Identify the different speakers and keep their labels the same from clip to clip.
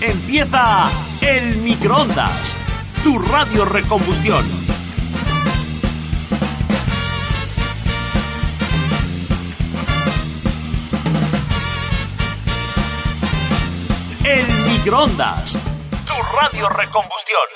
Speaker 1: Empieza el microondas, tu radio recombustión. El microondas, tu radio recombustión.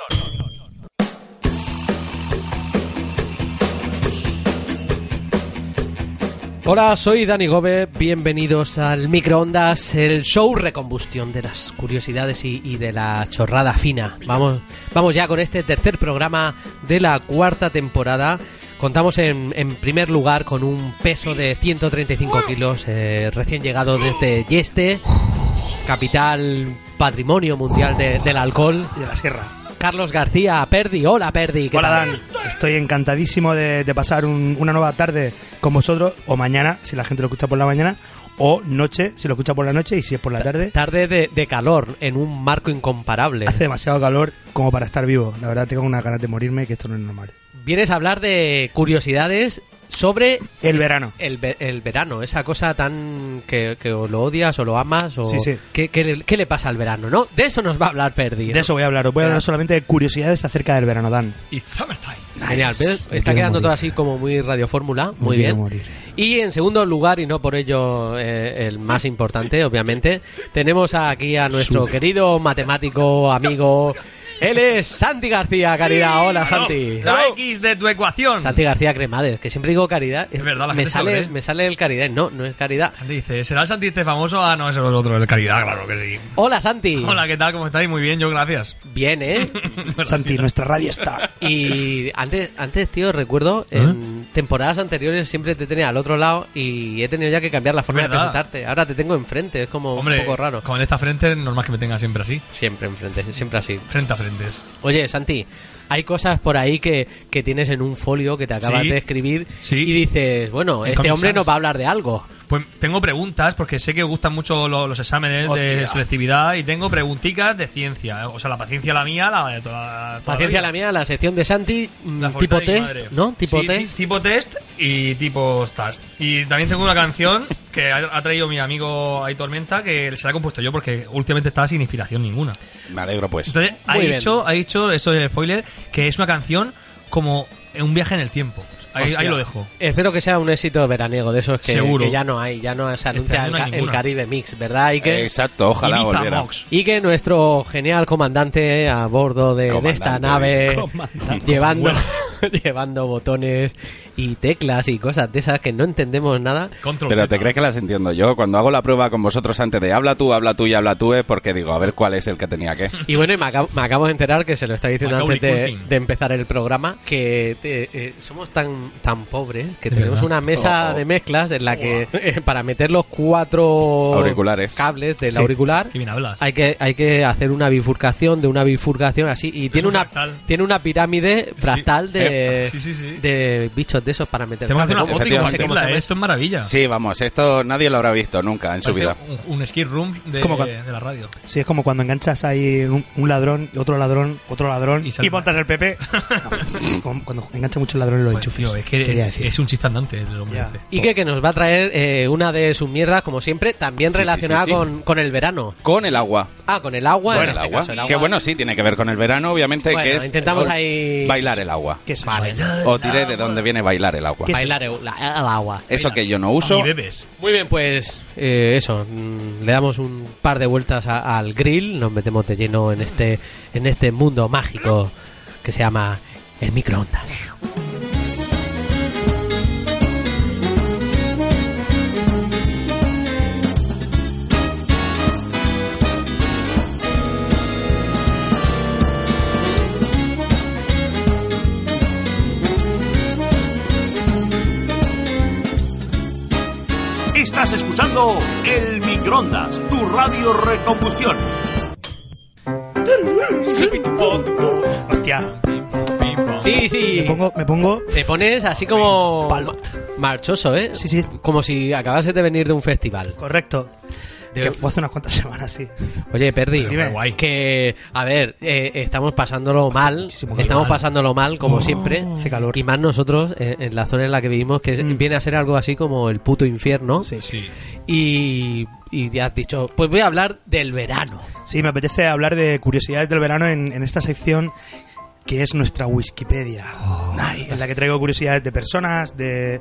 Speaker 2: Hola, soy Dani Gobe, bienvenidos al Microondas, el show recombustión de las curiosidades y, y de la chorrada fina. Vamos, vamos ya con este tercer programa de la cuarta temporada. Contamos en, en primer lugar con un peso de 135 kilos eh, recién llegado desde Yeste, capital patrimonio mundial de- del alcohol.
Speaker 3: de la sierra.
Speaker 2: Carlos García Perdi, hola Perdi. ¿qué
Speaker 3: Hola
Speaker 2: tal?
Speaker 3: Dan, estoy encantadísimo de, de pasar un- una nueva tarde con vosotros, o mañana, si la gente lo escucha por la mañana, o noche, si lo escucha por la noche, y si es por la tarde.
Speaker 2: Tarde de, de calor en un marco incomparable.
Speaker 3: Hace demasiado calor como para estar vivo. La verdad tengo unas ganas de morirme, que esto no es normal.
Speaker 2: Vienes a hablar de curiosidades sobre
Speaker 3: El verano.
Speaker 2: el, ve- el verano, esa cosa tan que, que o lo odias o lo amas o
Speaker 3: Sí, sí.
Speaker 2: ¿Qué, qué le- qué le pasa al verano, ¿no? De eso nos va a hablar
Speaker 4: Eh,
Speaker 2: Perdi. ¿no?
Speaker 3: De eso voy a hablar, os voy a hablar solamente de curiosidades acerca del verano, Dan.
Speaker 2: Genial,
Speaker 3: Nice.
Speaker 2: ¿ves?
Speaker 3: Me
Speaker 2: está
Speaker 3: quiero
Speaker 2: quedando todo
Speaker 3: morir.
Speaker 2: así como muy radiofórmula,
Speaker 3: Me
Speaker 2: muy
Speaker 3: quiero
Speaker 2: bien.
Speaker 3: morir.
Speaker 2: Y en segundo lugar, y no por ello eh, el más importante, obviamente, tenemos aquí a nuestro
Speaker 3: Suda.
Speaker 2: querido matemático, amigo, él es Santi García, caridad. Hola, Santi.
Speaker 4: La X de tu ecuación.
Speaker 2: Santi García Cremades, que siempre digo caridad.
Speaker 4: Es verdad, la
Speaker 2: me
Speaker 4: gente se lo
Speaker 2: sale,
Speaker 4: cree.
Speaker 2: me sale el caridad. No, no es caridad.
Speaker 4: Dice, ¿será el Santi este famoso? Ah, no, ese es el otro, el de Caridad, claro que sí.
Speaker 2: Hola, Santi.
Speaker 4: Hola, ¿qué tal? ¿Cómo estáis? Muy bien, yo gracias.
Speaker 2: Bien, ¿eh?
Speaker 3: Santi, nuestra radio está.
Speaker 2: Y antes, antes tío, recuerdo,
Speaker 4: ¿Eh?
Speaker 2: en temporadas anteriores siempre te tenía al otro lado y he tenido ya que cambiar la forma de
Speaker 4: ¿Verdad?
Speaker 2: presentarte. Ahora te tengo enfrente, es como
Speaker 4: Hombre,
Speaker 2: un poco raro.
Speaker 4: con esta frente, normal que me tenga siempre así.
Speaker 2: Siempre enfrente, siempre así.
Speaker 4: Frente a frentes.
Speaker 2: Oye, Santi, hay cosas por ahí que, que tienes en un folio que te acabas
Speaker 4: Sí.
Speaker 2: de escribir
Speaker 4: Sí.
Speaker 2: y dices, bueno,
Speaker 4: En
Speaker 2: este
Speaker 4: Comic
Speaker 2: hombre
Speaker 4: Sans.
Speaker 2: nos va a hablar de algo.
Speaker 4: Pues tengo preguntas, porque sé que os gustan mucho lo- los exámenes de
Speaker 3: Hostia.
Speaker 4: selectividad y tengo preguntitas de ciencia. O sea, la paciencia la mía, la de toda, toda
Speaker 2: Paciencia
Speaker 4: vida.
Speaker 2: la mía, la sección de Santi, mm,
Speaker 4: La favorita
Speaker 2: tipo
Speaker 4: de mi
Speaker 2: test,
Speaker 4: madre.
Speaker 2: ¿no? Tipo
Speaker 4: Sí,
Speaker 2: test.
Speaker 4: ti- tipo test y tipo tast. Y también tengo una canción que ha, ha traído mi amigo Ay Tormenta que se la he compuesto yo porque últimamente estaba sin inspiración ninguna.
Speaker 5: Me alegro, pues.
Speaker 4: Entonces ha
Speaker 2: Muy bien.
Speaker 4: dicho, ha dicho, eso es el spoiler, que es una canción como un viaje en el tiempo. Ahí,
Speaker 5: Hostia.
Speaker 4: ahí lo dejo.
Speaker 2: Espero que sea un éxito veraniego de esos que,
Speaker 4: Seguro.
Speaker 2: que ya no hay, ya no se anuncia
Speaker 4: Este
Speaker 2: el,
Speaker 4: no hay
Speaker 2: ca- el
Speaker 4: ninguna.
Speaker 2: Caribe Mix, ¿verdad? Y que,
Speaker 5: Exacto, ojalá
Speaker 4: Ibiza
Speaker 5: volviera.
Speaker 4: Mox.
Speaker 2: y que nuestro genial comandante a bordo de, de esta
Speaker 5: Comandante.
Speaker 2: nave,
Speaker 5: Comandante.
Speaker 2: llevando,
Speaker 4: Bueno.
Speaker 2: llevando botones y teclas y cosas de esas que no entendemos nada.
Speaker 4: Control
Speaker 5: Pero
Speaker 4: Z.
Speaker 5: te crees que las entiendo yo. Cuando hago la prueba con vosotros antes de habla tú, habla tú y habla tú, es porque digo, a ver cuál es el que tenía que.
Speaker 2: Y bueno, y me, acabo, me acabo de enterar que se lo está diciendo
Speaker 4: Macaulay
Speaker 2: antes de,
Speaker 4: Culkin.
Speaker 2: de empezar el programa, que eh, eh, somos tan tan pobres que
Speaker 4: Es
Speaker 2: tenemos
Speaker 4: verdad.
Speaker 2: una mesa
Speaker 5: Oh, oh.
Speaker 2: de mezclas en la que eh, para meter los cuatro
Speaker 5: Auriculares.
Speaker 2: cables del
Speaker 3: Sí.
Speaker 2: auricular
Speaker 4: Qué bien hablas.
Speaker 2: hay que hay que hacer una bifurcación de una bifurcación así y tiene
Speaker 4: un
Speaker 2: una
Speaker 4: fractal. eh,
Speaker 2: tiene una pirámide fractal de,
Speaker 4: Sí, sí, sí.
Speaker 2: de bichos de esos para meter.
Speaker 4: Tenemos que hacer una
Speaker 2: cables.
Speaker 4: foto y
Speaker 2: No sé cómo se
Speaker 4: compartirla,
Speaker 2: llama
Speaker 4: ¿eh?
Speaker 2: eso.
Speaker 4: Esto es maravilla.
Speaker 5: Sí, vamos, esto nadie lo habrá visto nunca en su
Speaker 4: Parece
Speaker 5: vida.
Speaker 4: Un, un skip room de,
Speaker 3: Como cuando-
Speaker 4: de la radio.
Speaker 3: Sí, es como cuando enganchas ahí un, un ladrón, otro ladrón, otro ladrón,
Speaker 4: Y
Speaker 3: y,
Speaker 4: sale mal.
Speaker 3: montas el PP. Como cuando engancha mucho el ladrón en los
Speaker 4: Pues,
Speaker 3: enchufes.
Speaker 4: tío, es que
Speaker 3: quería
Speaker 4: es,
Speaker 3: decir.
Speaker 4: es un chiste andante el hombre
Speaker 3: Ya.
Speaker 4: este.
Speaker 2: Y que, que nos va a traer eh, una de sus mierdas, como siempre, también
Speaker 5: Sí, sí, sí,
Speaker 2: relacionada
Speaker 5: sí.
Speaker 2: Con, con el verano.
Speaker 5: Con el agua.
Speaker 2: Ah, con el agua. en
Speaker 5: Bueno, el
Speaker 2: este
Speaker 5: agua.
Speaker 2: caso, el agua.
Speaker 5: Que bueno, sí, tiene que ver con el verano, obviamente,
Speaker 2: Bueno,
Speaker 5: que es
Speaker 2: intentamos
Speaker 5: o-
Speaker 2: ahí-
Speaker 5: bailar el agua.
Speaker 3: ¿Qué es eso? eh.
Speaker 2: Vale.
Speaker 5: O diré de dónde viene bailar el agua.
Speaker 3: ¿Qué es-
Speaker 2: Bailar el, la- el agua.
Speaker 5: Eso que yo no
Speaker 4: Y
Speaker 5: uso.
Speaker 4: bebes.
Speaker 2: Muy bien, pues eh, eso. mm, Le damos un par de vueltas a- al grill. Nos metemos de lleno en este, en este mundo mágico que se llama el microondas.
Speaker 1: Estás escuchando el microondas, tu radio recombustión.
Speaker 3: Hostia,
Speaker 4: pues,
Speaker 2: Sí, sí.
Speaker 4: Eh,
Speaker 3: me pongo, me pongo
Speaker 2: Te pones así como marchoso, ¿eh?
Speaker 3: Sí, sí.
Speaker 2: Como si acabases de venir de un festival.
Speaker 3: correcto.
Speaker 2: De-
Speaker 3: Que fue hace unas cuantas semanas, sí.
Speaker 2: Oye, Perdi,
Speaker 4: Dime. guay.
Speaker 2: que, a ver, eh, estamos pasándolo mal,
Speaker 3: muchísimo
Speaker 2: estamos
Speaker 4: mal.
Speaker 2: pasándolo mal, como siempre,
Speaker 3: Hace calor.
Speaker 2: y más nosotros eh, en la zona en la que vivimos, que es-
Speaker 3: Mm.
Speaker 2: viene a ser algo así como el puto infierno,
Speaker 3: Sí.
Speaker 4: Sí.
Speaker 2: y y ya has dicho, pues voy a hablar del verano.
Speaker 3: Sí, me apetece hablar de curiosidades del verano en, en esta sección que es nuestra Wikipedia.
Speaker 2: Oh,
Speaker 3: En
Speaker 2: pues.
Speaker 3: la que traigo curiosidades de personas, de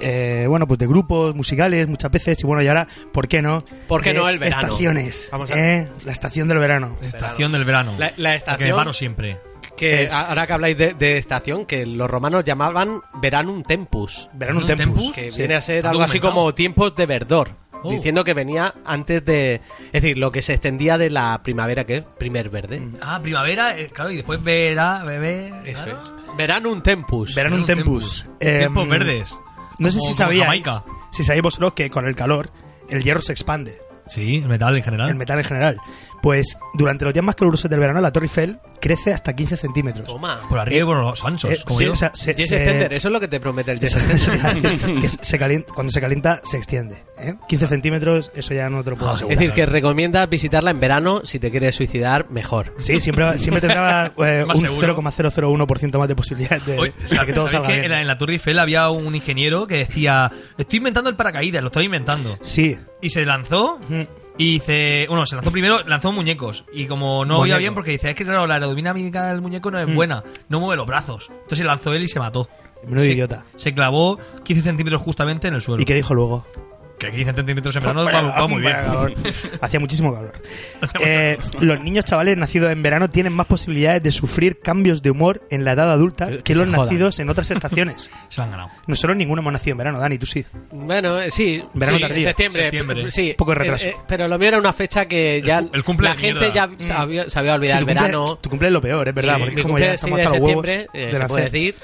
Speaker 3: eh, bueno, pues de grupos musicales muchas veces y bueno, y ahora, ¿por qué no?
Speaker 2: ¿Por qué
Speaker 3: De
Speaker 2: no el verano?
Speaker 3: Estaciones.
Speaker 2: Vamos a-
Speaker 3: ¿eh? La estación del verano.
Speaker 4: Estación del verano.
Speaker 2: La, la
Speaker 4: Porque verano
Speaker 2: estación
Speaker 4: siempre.
Speaker 2: que
Speaker 3: es-
Speaker 2: ahora que habláis de, de estación que los romanos llamaban veranum tempus,
Speaker 3: Verano
Speaker 4: ¿Verano
Speaker 3: tempus.
Speaker 4: tempus?
Speaker 2: que
Speaker 3: Sí.
Speaker 2: viene a ser
Speaker 4: Está
Speaker 2: algo así
Speaker 4: documentado.
Speaker 2: como tiempos de verdor,
Speaker 4: Oh.
Speaker 2: diciendo que venía antes de, es decir, lo que se extendía de la primavera que es primer verde.
Speaker 4: Ah, primavera, eh, claro, y después verá, bebé.
Speaker 2: Eso
Speaker 4: claro.
Speaker 2: es. Veranum tempus.
Speaker 3: Verano
Speaker 4: Verano
Speaker 3: tempus.
Speaker 4: tempus.
Speaker 3: Eh,
Speaker 4: Tiempos verdes.
Speaker 3: No sé si
Speaker 4: Como- como
Speaker 3: sabíais,
Speaker 4: Jamaica.
Speaker 3: si sabéis vosotros que con el calor el hierro se expande,
Speaker 4: Sí, el metal en
Speaker 2: Ah.
Speaker 4: general.
Speaker 3: el metal en general. Pues durante los días más calurosos del verano la Torre Eiffel crece hasta 15 centímetros.
Speaker 2: Toma.
Speaker 4: Por arriba y por los anchos.
Speaker 3: Eh,
Speaker 4: como
Speaker 3: sí,
Speaker 4: yo.
Speaker 3: o sea, se,
Speaker 2: Jess
Speaker 3: se-
Speaker 2: Extender, eso es lo que te promete el Jess
Speaker 3: Eso
Speaker 2: Extender.
Speaker 3: iba a decir, que se calienta- cuando se calienta se extiende. ¿eh? 15 centímetros, eso ya no te lo puedo
Speaker 4: Ah,
Speaker 2: Es
Speaker 3: asegurar.
Speaker 2: decir, que recomiendas visitarla en verano si te quieres suicidar, mejor.
Speaker 3: Sí, siempre, siempre tendrá eh,
Speaker 4: Más
Speaker 3: un
Speaker 4: seguro.
Speaker 3: 0,001% más de posibilidades de,
Speaker 4: Oye,
Speaker 3: de
Speaker 4: ¿sabes-
Speaker 3: eh, que ¿eh? todo
Speaker 4: sabes
Speaker 3: salga
Speaker 4: que
Speaker 3: bien.
Speaker 4: en la, en la Torre Eiffel había un ingeniero que decía, estoy inventando el paracaídas, lo estoy inventando.
Speaker 3: Sí.
Speaker 4: Y se lanzó
Speaker 3: Mm.
Speaker 4: y dice, bueno, se lanzó primero, lanzó muñecos. Y como no oía
Speaker 3: Muñeco.
Speaker 4: bien porque dice, "Ah, es que claro, la aerodinámica del muñeco no es
Speaker 3: Mm.
Speaker 4: buena, no mueve los brazos. Entonces lanzó él y se mató.
Speaker 3: Menudo
Speaker 4: Sí.
Speaker 3: idiota.
Speaker 4: Se clavó 15 centímetros justamente en el suelo.
Speaker 3: ¿Y qué dijo luego?
Speaker 4: Que 15 centímetros en verano va, va muy bien.
Speaker 3: Hacía muchísimo calor. Eh, los niños chavales nacidos en verano tienen más posibilidades de sufrir cambios de humor en la edad adulta
Speaker 2: Que
Speaker 3: que
Speaker 2: se
Speaker 3: los
Speaker 2: jodan.
Speaker 3: nacidos en otras estaciones.
Speaker 4: Se lo han ganado.
Speaker 3: Nosotros ninguno hemos nacido en verano, Dani, tú sí.
Speaker 2: Bueno, eh, sí.
Speaker 3: Verano
Speaker 2: sí,
Speaker 3: tardío.
Speaker 2: Septiembre.
Speaker 4: Septiembre.
Speaker 2: Sí. Eh,
Speaker 3: Un poco de retraso.
Speaker 2: pero lo mío era una fecha que ya
Speaker 4: cu- el cumple
Speaker 2: la
Speaker 4: de
Speaker 2: gente
Speaker 4: mierda.
Speaker 2: ya se había, se había olvidado
Speaker 3: Sí, tu
Speaker 2: Mm. el
Speaker 3: cumple-
Speaker 2: verano.
Speaker 3: Tu cumple es lo peor, es verdad,
Speaker 4: Sí,
Speaker 3: porque
Speaker 2: Mi
Speaker 3: es como ya
Speaker 2: cumple sí
Speaker 3: estamos
Speaker 2: de
Speaker 3: hasta los huevos
Speaker 2: septiembre, eh,
Speaker 3: de
Speaker 2: se puede
Speaker 3: nacer.
Speaker 2: decir.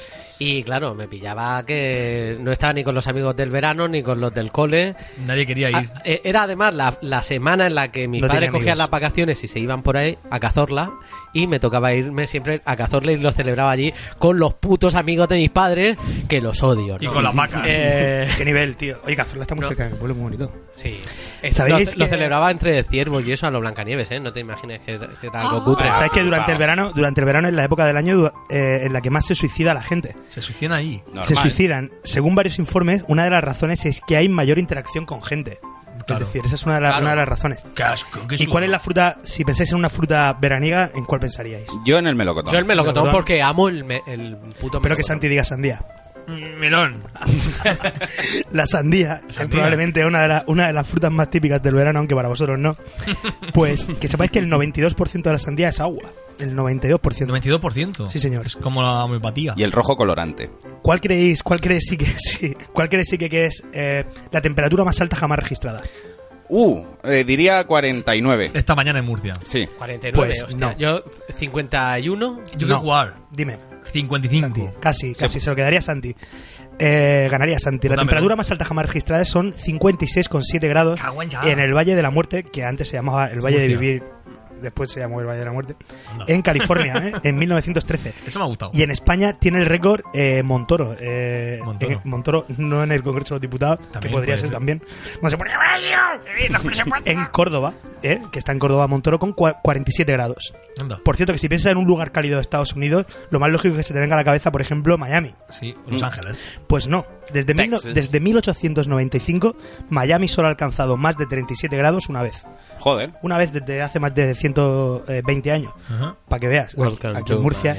Speaker 2: Y claro, me pillaba que no estaba ni con los amigos del verano ni con los del cole.
Speaker 4: Nadie quería ir.
Speaker 2: Ah, eh, era además la, la semana en la que mis
Speaker 3: No tenía
Speaker 2: padres cogían
Speaker 3: amigos.
Speaker 2: las vacaciones y se iban por ahí a Cazorla y me tocaba irme siempre a Cazorla y lo celebraba allí con los putos amigos de mis padres que los odio.
Speaker 4: y
Speaker 2: ¿no?
Speaker 4: con las vacas.
Speaker 2: Eh,
Speaker 3: Qué nivel, tío. Oye, Cazorla está muy
Speaker 2: No.
Speaker 3: cerca, que pueblo muy bonito.
Speaker 2: sí.
Speaker 3: Eh, ¿Sabéis
Speaker 2: lo, lo
Speaker 3: que-
Speaker 2: celebraba entre ciervos y eso a los Blancanieves, ¿eh? No te imagines que, que era algo cutre.
Speaker 3: Pero ¿Sabes que durante
Speaker 5: va.
Speaker 3: el verano, durante el verano es la época del año du- eh, en la que más se suicida la gente?
Speaker 4: Se suicidan ahí.
Speaker 5: Normal.
Speaker 3: Se suicidan. Según varios informes, una de las razones es que hay mayor interacción con gente.
Speaker 4: Claro.
Speaker 3: Es decir, esa es una de, la-
Speaker 2: Claro.
Speaker 3: una de las razones.
Speaker 4: Qué asco, qué
Speaker 3: ¿Y cuál
Speaker 4: susto.
Speaker 3: es la fruta, si pensáis en una fruta veraniega, en cuál pensaríais?
Speaker 5: Yo en el melocotón.
Speaker 2: Yo el melocotón
Speaker 3: Melocotón.
Speaker 2: porque amo el, me- el puto melocotón.
Speaker 3: Espero que Santi diga sandía.
Speaker 4: Mm, Melón.
Speaker 3: La sandía, que
Speaker 4: Sandía.
Speaker 3: probablemente es una de, la- una de las frutas más típicas del verano, aunque para vosotros no. Pues que sepáis que el 92% de la sandía es agua. El 92%.
Speaker 4: 92%.
Speaker 3: Sí, señor.
Speaker 4: Es como la homeopatía.
Speaker 5: Y el rojo colorante.
Speaker 3: ¿Cuál creéis, cuál creéis sí que sí? ¿Cuál creéis sí que, que es eh, la temperatura más alta jamás registrada?
Speaker 5: Uh, eh, diría 49.
Speaker 4: Esta mañana en Murcia.
Speaker 5: Sí.
Speaker 2: 49,
Speaker 3: Pues
Speaker 2: hostia.
Speaker 3: no.
Speaker 2: Yo 51.
Speaker 4: Yo quiero
Speaker 3: No.
Speaker 4: jugar.
Speaker 3: Dime,
Speaker 4: 55.
Speaker 3: Santi. Casi, casi, se lo quedaría Santi. Eh, ganaría Santi. La
Speaker 4: Pues Dámelo.
Speaker 3: temperatura más alta jamás registrada son 56,7 grados
Speaker 4: Cago en ya.
Speaker 3: en el Valle de la Muerte, que antes se llamaba el Valle de
Speaker 4: Murcia.
Speaker 3: Vivir, después se llamó el Valle de la Muerte,
Speaker 4: Anda.
Speaker 3: en California, ¿eh? en 1913.
Speaker 4: Eso me ha gustado.
Speaker 3: Y en España tiene el récord eh, Montoro. eh,
Speaker 4: Montoro.
Speaker 3: en- Montoro, no en el Congreso de los Diputados, que
Speaker 4: También
Speaker 3: podría
Speaker 4: puede
Speaker 3: ser,
Speaker 4: ser.
Speaker 3: también. No se pone en Córdoba, ¿eh? que está en Córdoba Montoro, con cua- 47 grados.
Speaker 4: Anda.
Speaker 3: Por cierto, que si piensas en un lugar cálido de Estados Unidos, lo más lógico es que se te venga a la cabeza, por ejemplo, Miami.
Speaker 4: Sí, Los
Speaker 5: Mm.
Speaker 4: Ángeles.
Speaker 3: Pues no. Desde, mil no-
Speaker 5: Texas.
Speaker 3: desde 1895, Miami solo ha alcanzado más de 37 grados una vez.
Speaker 5: Joder.
Speaker 3: Una vez desde hace más de 120 años.
Speaker 4: Ajá.
Speaker 3: Para que veas. Aquí en Murcia,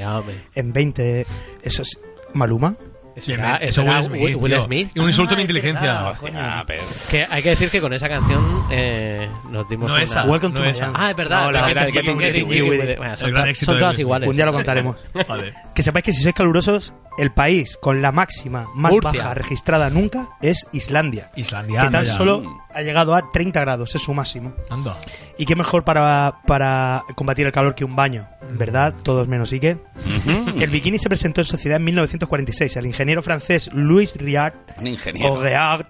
Speaker 3: en 20. Eso es. Maluma.
Speaker 2: Eso
Speaker 4: Bien,
Speaker 2: era,
Speaker 4: bien.
Speaker 2: eso era
Speaker 4: Will
Speaker 2: Will,
Speaker 4: Smith,
Speaker 2: Will
Speaker 4: tío.
Speaker 2: Smith.
Speaker 4: Y un insulto
Speaker 3: Ah,
Speaker 4: de
Speaker 3: es
Speaker 4: inteligencia.
Speaker 3: verdad.
Speaker 4: Hostia.
Speaker 5: Ah, pero-
Speaker 2: Que hay que decir que con esa canción eh, nos dimos
Speaker 4: No
Speaker 2: una...
Speaker 4: esa.
Speaker 3: Welcome
Speaker 4: no
Speaker 3: to
Speaker 4: es
Speaker 3: Miami.
Speaker 2: Ah, es verdad.
Speaker 5: No, la
Speaker 2: Pero
Speaker 5: verdad
Speaker 2: que-
Speaker 5: es que
Speaker 2: que-
Speaker 5: Getting
Speaker 2: que-
Speaker 5: With
Speaker 2: que-
Speaker 5: It.
Speaker 2: bueno, son
Speaker 4: El gran
Speaker 2: todas-
Speaker 4: éxito
Speaker 2: son
Speaker 4: de
Speaker 2: todas
Speaker 4: Will
Speaker 2: iguales.
Speaker 3: Un día lo contaremos.
Speaker 4: Vale.
Speaker 3: Que sepáis que si sois calurosos, el país con la máxima más
Speaker 2: Murcia.
Speaker 3: baja registrada nunca es Islandia.
Speaker 4: Islandia.
Speaker 3: Que
Speaker 4: anda
Speaker 3: tan
Speaker 4: ya.
Speaker 3: solo ha llegado a 30 grados, es su máximo.
Speaker 4: Anda.
Speaker 3: Y qué mejor para, para combatir el calor que un baño, ¿verdad? Todos menos Ike.
Speaker 2: Hmm.
Speaker 3: El bikini se presentó en sociedad en 1946. El ingeniero francés Louis Riard,
Speaker 5: Un ingeniero.
Speaker 3: o Riard,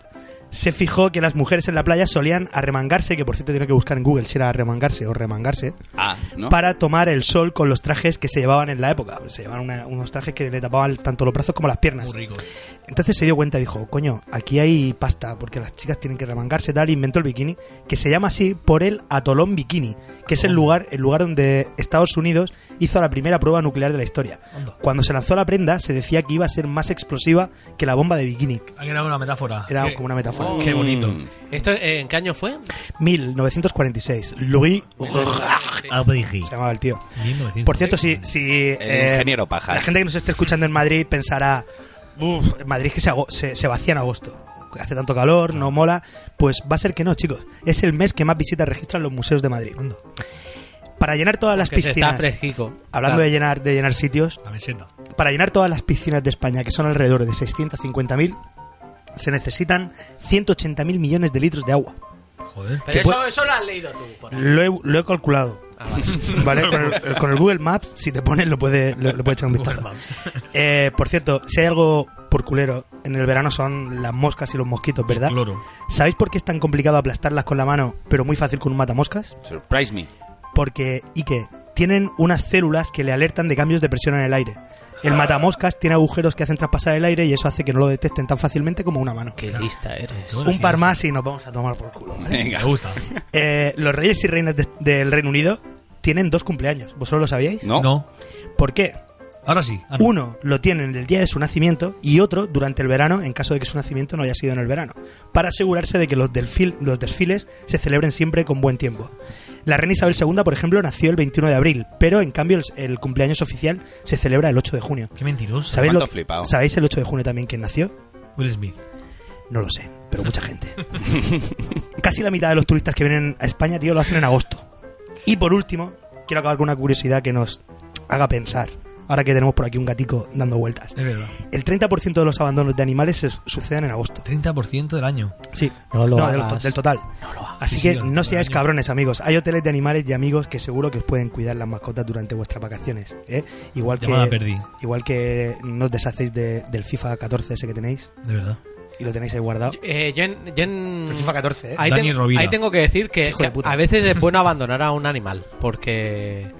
Speaker 3: se fijó que las mujeres en la playa solían arremangarse, que por cierto tiene que buscar en Google si era arremangarse o remangarse,
Speaker 5: Ah, ¿no?
Speaker 3: para tomar el sol con los trajes que se llevaban en la época. Se llevaban una- unos trajes que le tapaban tanto los brazos como las piernas.
Speaker 4: Muy rico.
Speaker 3: Entonces se dio cuenta y dijo, coño, aquí hay pasta, porque las chicas tienen que remangarse tal, y inventó el bikini, que se llama así por el atolón bikini, que es el lugar, el lugar donde Estados Unidos hizo la primera prueba nuclear de la historia.
Speaker 4: Anda.
Speaker 3: Cuando se lanzó la prenda, se decía que iba a ser más explosiva que la bomba de bikini.
Speaker 4: Era una metáfora.
Speaker 3: Era
Speaker 4: Ah, Que-
Speaker 3: como una metáfora.
Speaker 5: forma.
Speaker 4: Qué bonito.
Speaker 5: Mm.
Speaker 2: ¿Esto eh, en qué año fue?
Speaker 3: 1946. Louis
Speaker 6: Abrigi.
Speaker 3: se llamaba el tío.
Speaker 6: 1900.
Speaker 3: Por cierto, si, si eh,
Speaker 5: ingeniero Pajas.
Speaker 3: la gente que nos esté escuchando en Madrid pensará, uff, en Madrid es que se, ago- se, se vacía en agosto, hace tanto calor, no mola, pues va a ser que no, chicos. Es el mes que más visitas registran los museos de Madrid. Para llenar todas las
Speaker 2: Que se está
Speaker 3: piscinas,
Speaker 2: fresquico.
Speaker 3: hablando
Speaker 2: Claro.
Speaker 3: de llenar de llenar sitios,
Speaker 4: La meseta.
Speaker 3: para llenar todas las piscinas de España, que son alrededor de 650.000, se necesitan 180.000 millones de litros de agua.
Speaker 4: Joder.
Speaker 2: Pero
Speaker 3: que
Speaker 2: eso,
Speaker 3: puede-
Speaker 2: eso lo has leído tú. por ahí.
Speaker 3: Lo he, lo he calculado.
Speaker 2: Ah, vale.
Speaker 3: ¿Vale? Con, el, eh, con el Google Maps, si te pones, lo puedes lo, lo puedes echar un
Speaker 4: Google
Speaker 3: vistazo.
Speaker 4: Maps.
Speaker 3: Eh, por cierto, si hay algo por culero en el verano son las moscas y los mosquitos, ¿verdad?
Speaker 4: Cloro.
Speaker 3: ¿Sabéis por qué es tan complicado aplastarlas con la mano, pero muy fácil con un matamoscas?
Speaker 5: Surprise me.
Speaker 3: Porque, ¿y qué? Tienen unas células que le alertan de cambios de presión en el aire. El matamoscas tiene agujeros que hacen traspasar el aire y eso hace que no lo detecten tan fácilmente como una mano.
Speaker 2: Qué lista eres.
Speaker 3: Un par más y nos vamos a tomar por culo. ¿vale?
Speaker 5: Venga.
Speaker 4: Me gusta.
Speaker 3: Eh, los reyes y reinas de- del Reino Unido tienen dos cumpleaños. ¿Vosotros lo sabíais?
Speaker 5: No.
Speaker 4: No.
Speaker 3: ¿Por qué?
Speaker 4: Ahora sí. Ah, no.
Speaker 3: Uno lo tienen el día de su nacimiento y otro durante el verano, en caso de que su nacimiento no haya sido en el verano, para asegurarse de que los, delfil- los desfiles se celebren siempre con buen tiempo. La reina Isabel II, por ejemplo, nació el 21 de abril, pero en cambio el, el cumpleaños oficial se celebra el 8 de junio.
Speaker 4: Qué mentiroso.
Speaker 3: ¿Sabéis,
Speaker 5: Pues ¿Cuánto flipado?
Speaker 3: ¿Sabéis el 8 de junio también quién nació?
Speaker 4: Will Smith.
Speaker 3: No lo sé, pero mucha gente. Casi la mitad de los turistas que vienen a España, tío, lo hacen en agosto. Y por último, quiero acabar con una curiosidad que nos haga pensar. Ahora que tenemos por aquí un gatico dando vueltas.
Speaker 4: Es verdad.
Speaker 3: El 30% de los abandonos de animales se suceden en agosto.
Speaker 4: 30% del año.
Speaker 3: Sí,
Speaker 2: No lo
Speaker 3: del,
Speaker 2: hagas.
Speaker 3: to- del total.
Speaker 2: No lo hagas.
Speaker 3: Así
Speaker 4: Sí,
Speaker 3: que
Speaker 4: sí, al
Speaker 3: no
Speaker 4: total
Speaker 3: seáis
Speaker 4: año.
Speaker 3: cabrones, amigos. Hay hoteles de animales y amigos que seguro que os pueden cuidar las mascotas durante vuestras vacaciones. ¿eh? Igual,
Speaker 4: Llamada
Speaker 3: que,
Speaker 4: perdí.
Speaker 3: igual que no os deshacéis de- del FIFA 14 ese que tenéis
Speaker 4: De verdad.
Speaker 3: y lo tenéis ahí guardado.
Speaker 2: Eh, yo en- yo en-
Speaker 3: El FIFA 14, ¿eh?
Speaker 2: ahí,
Speaker 4: Dani
Speaker 2: tengo,
Speaker 4: Rovira.
Speaker 2: ahí tengo que decir que,
Speaker 3: Hijo de
Speaker 2: que
Speaker 3: puta.
Speaker 2: a veces es bueno abandonar a un animal. Porque.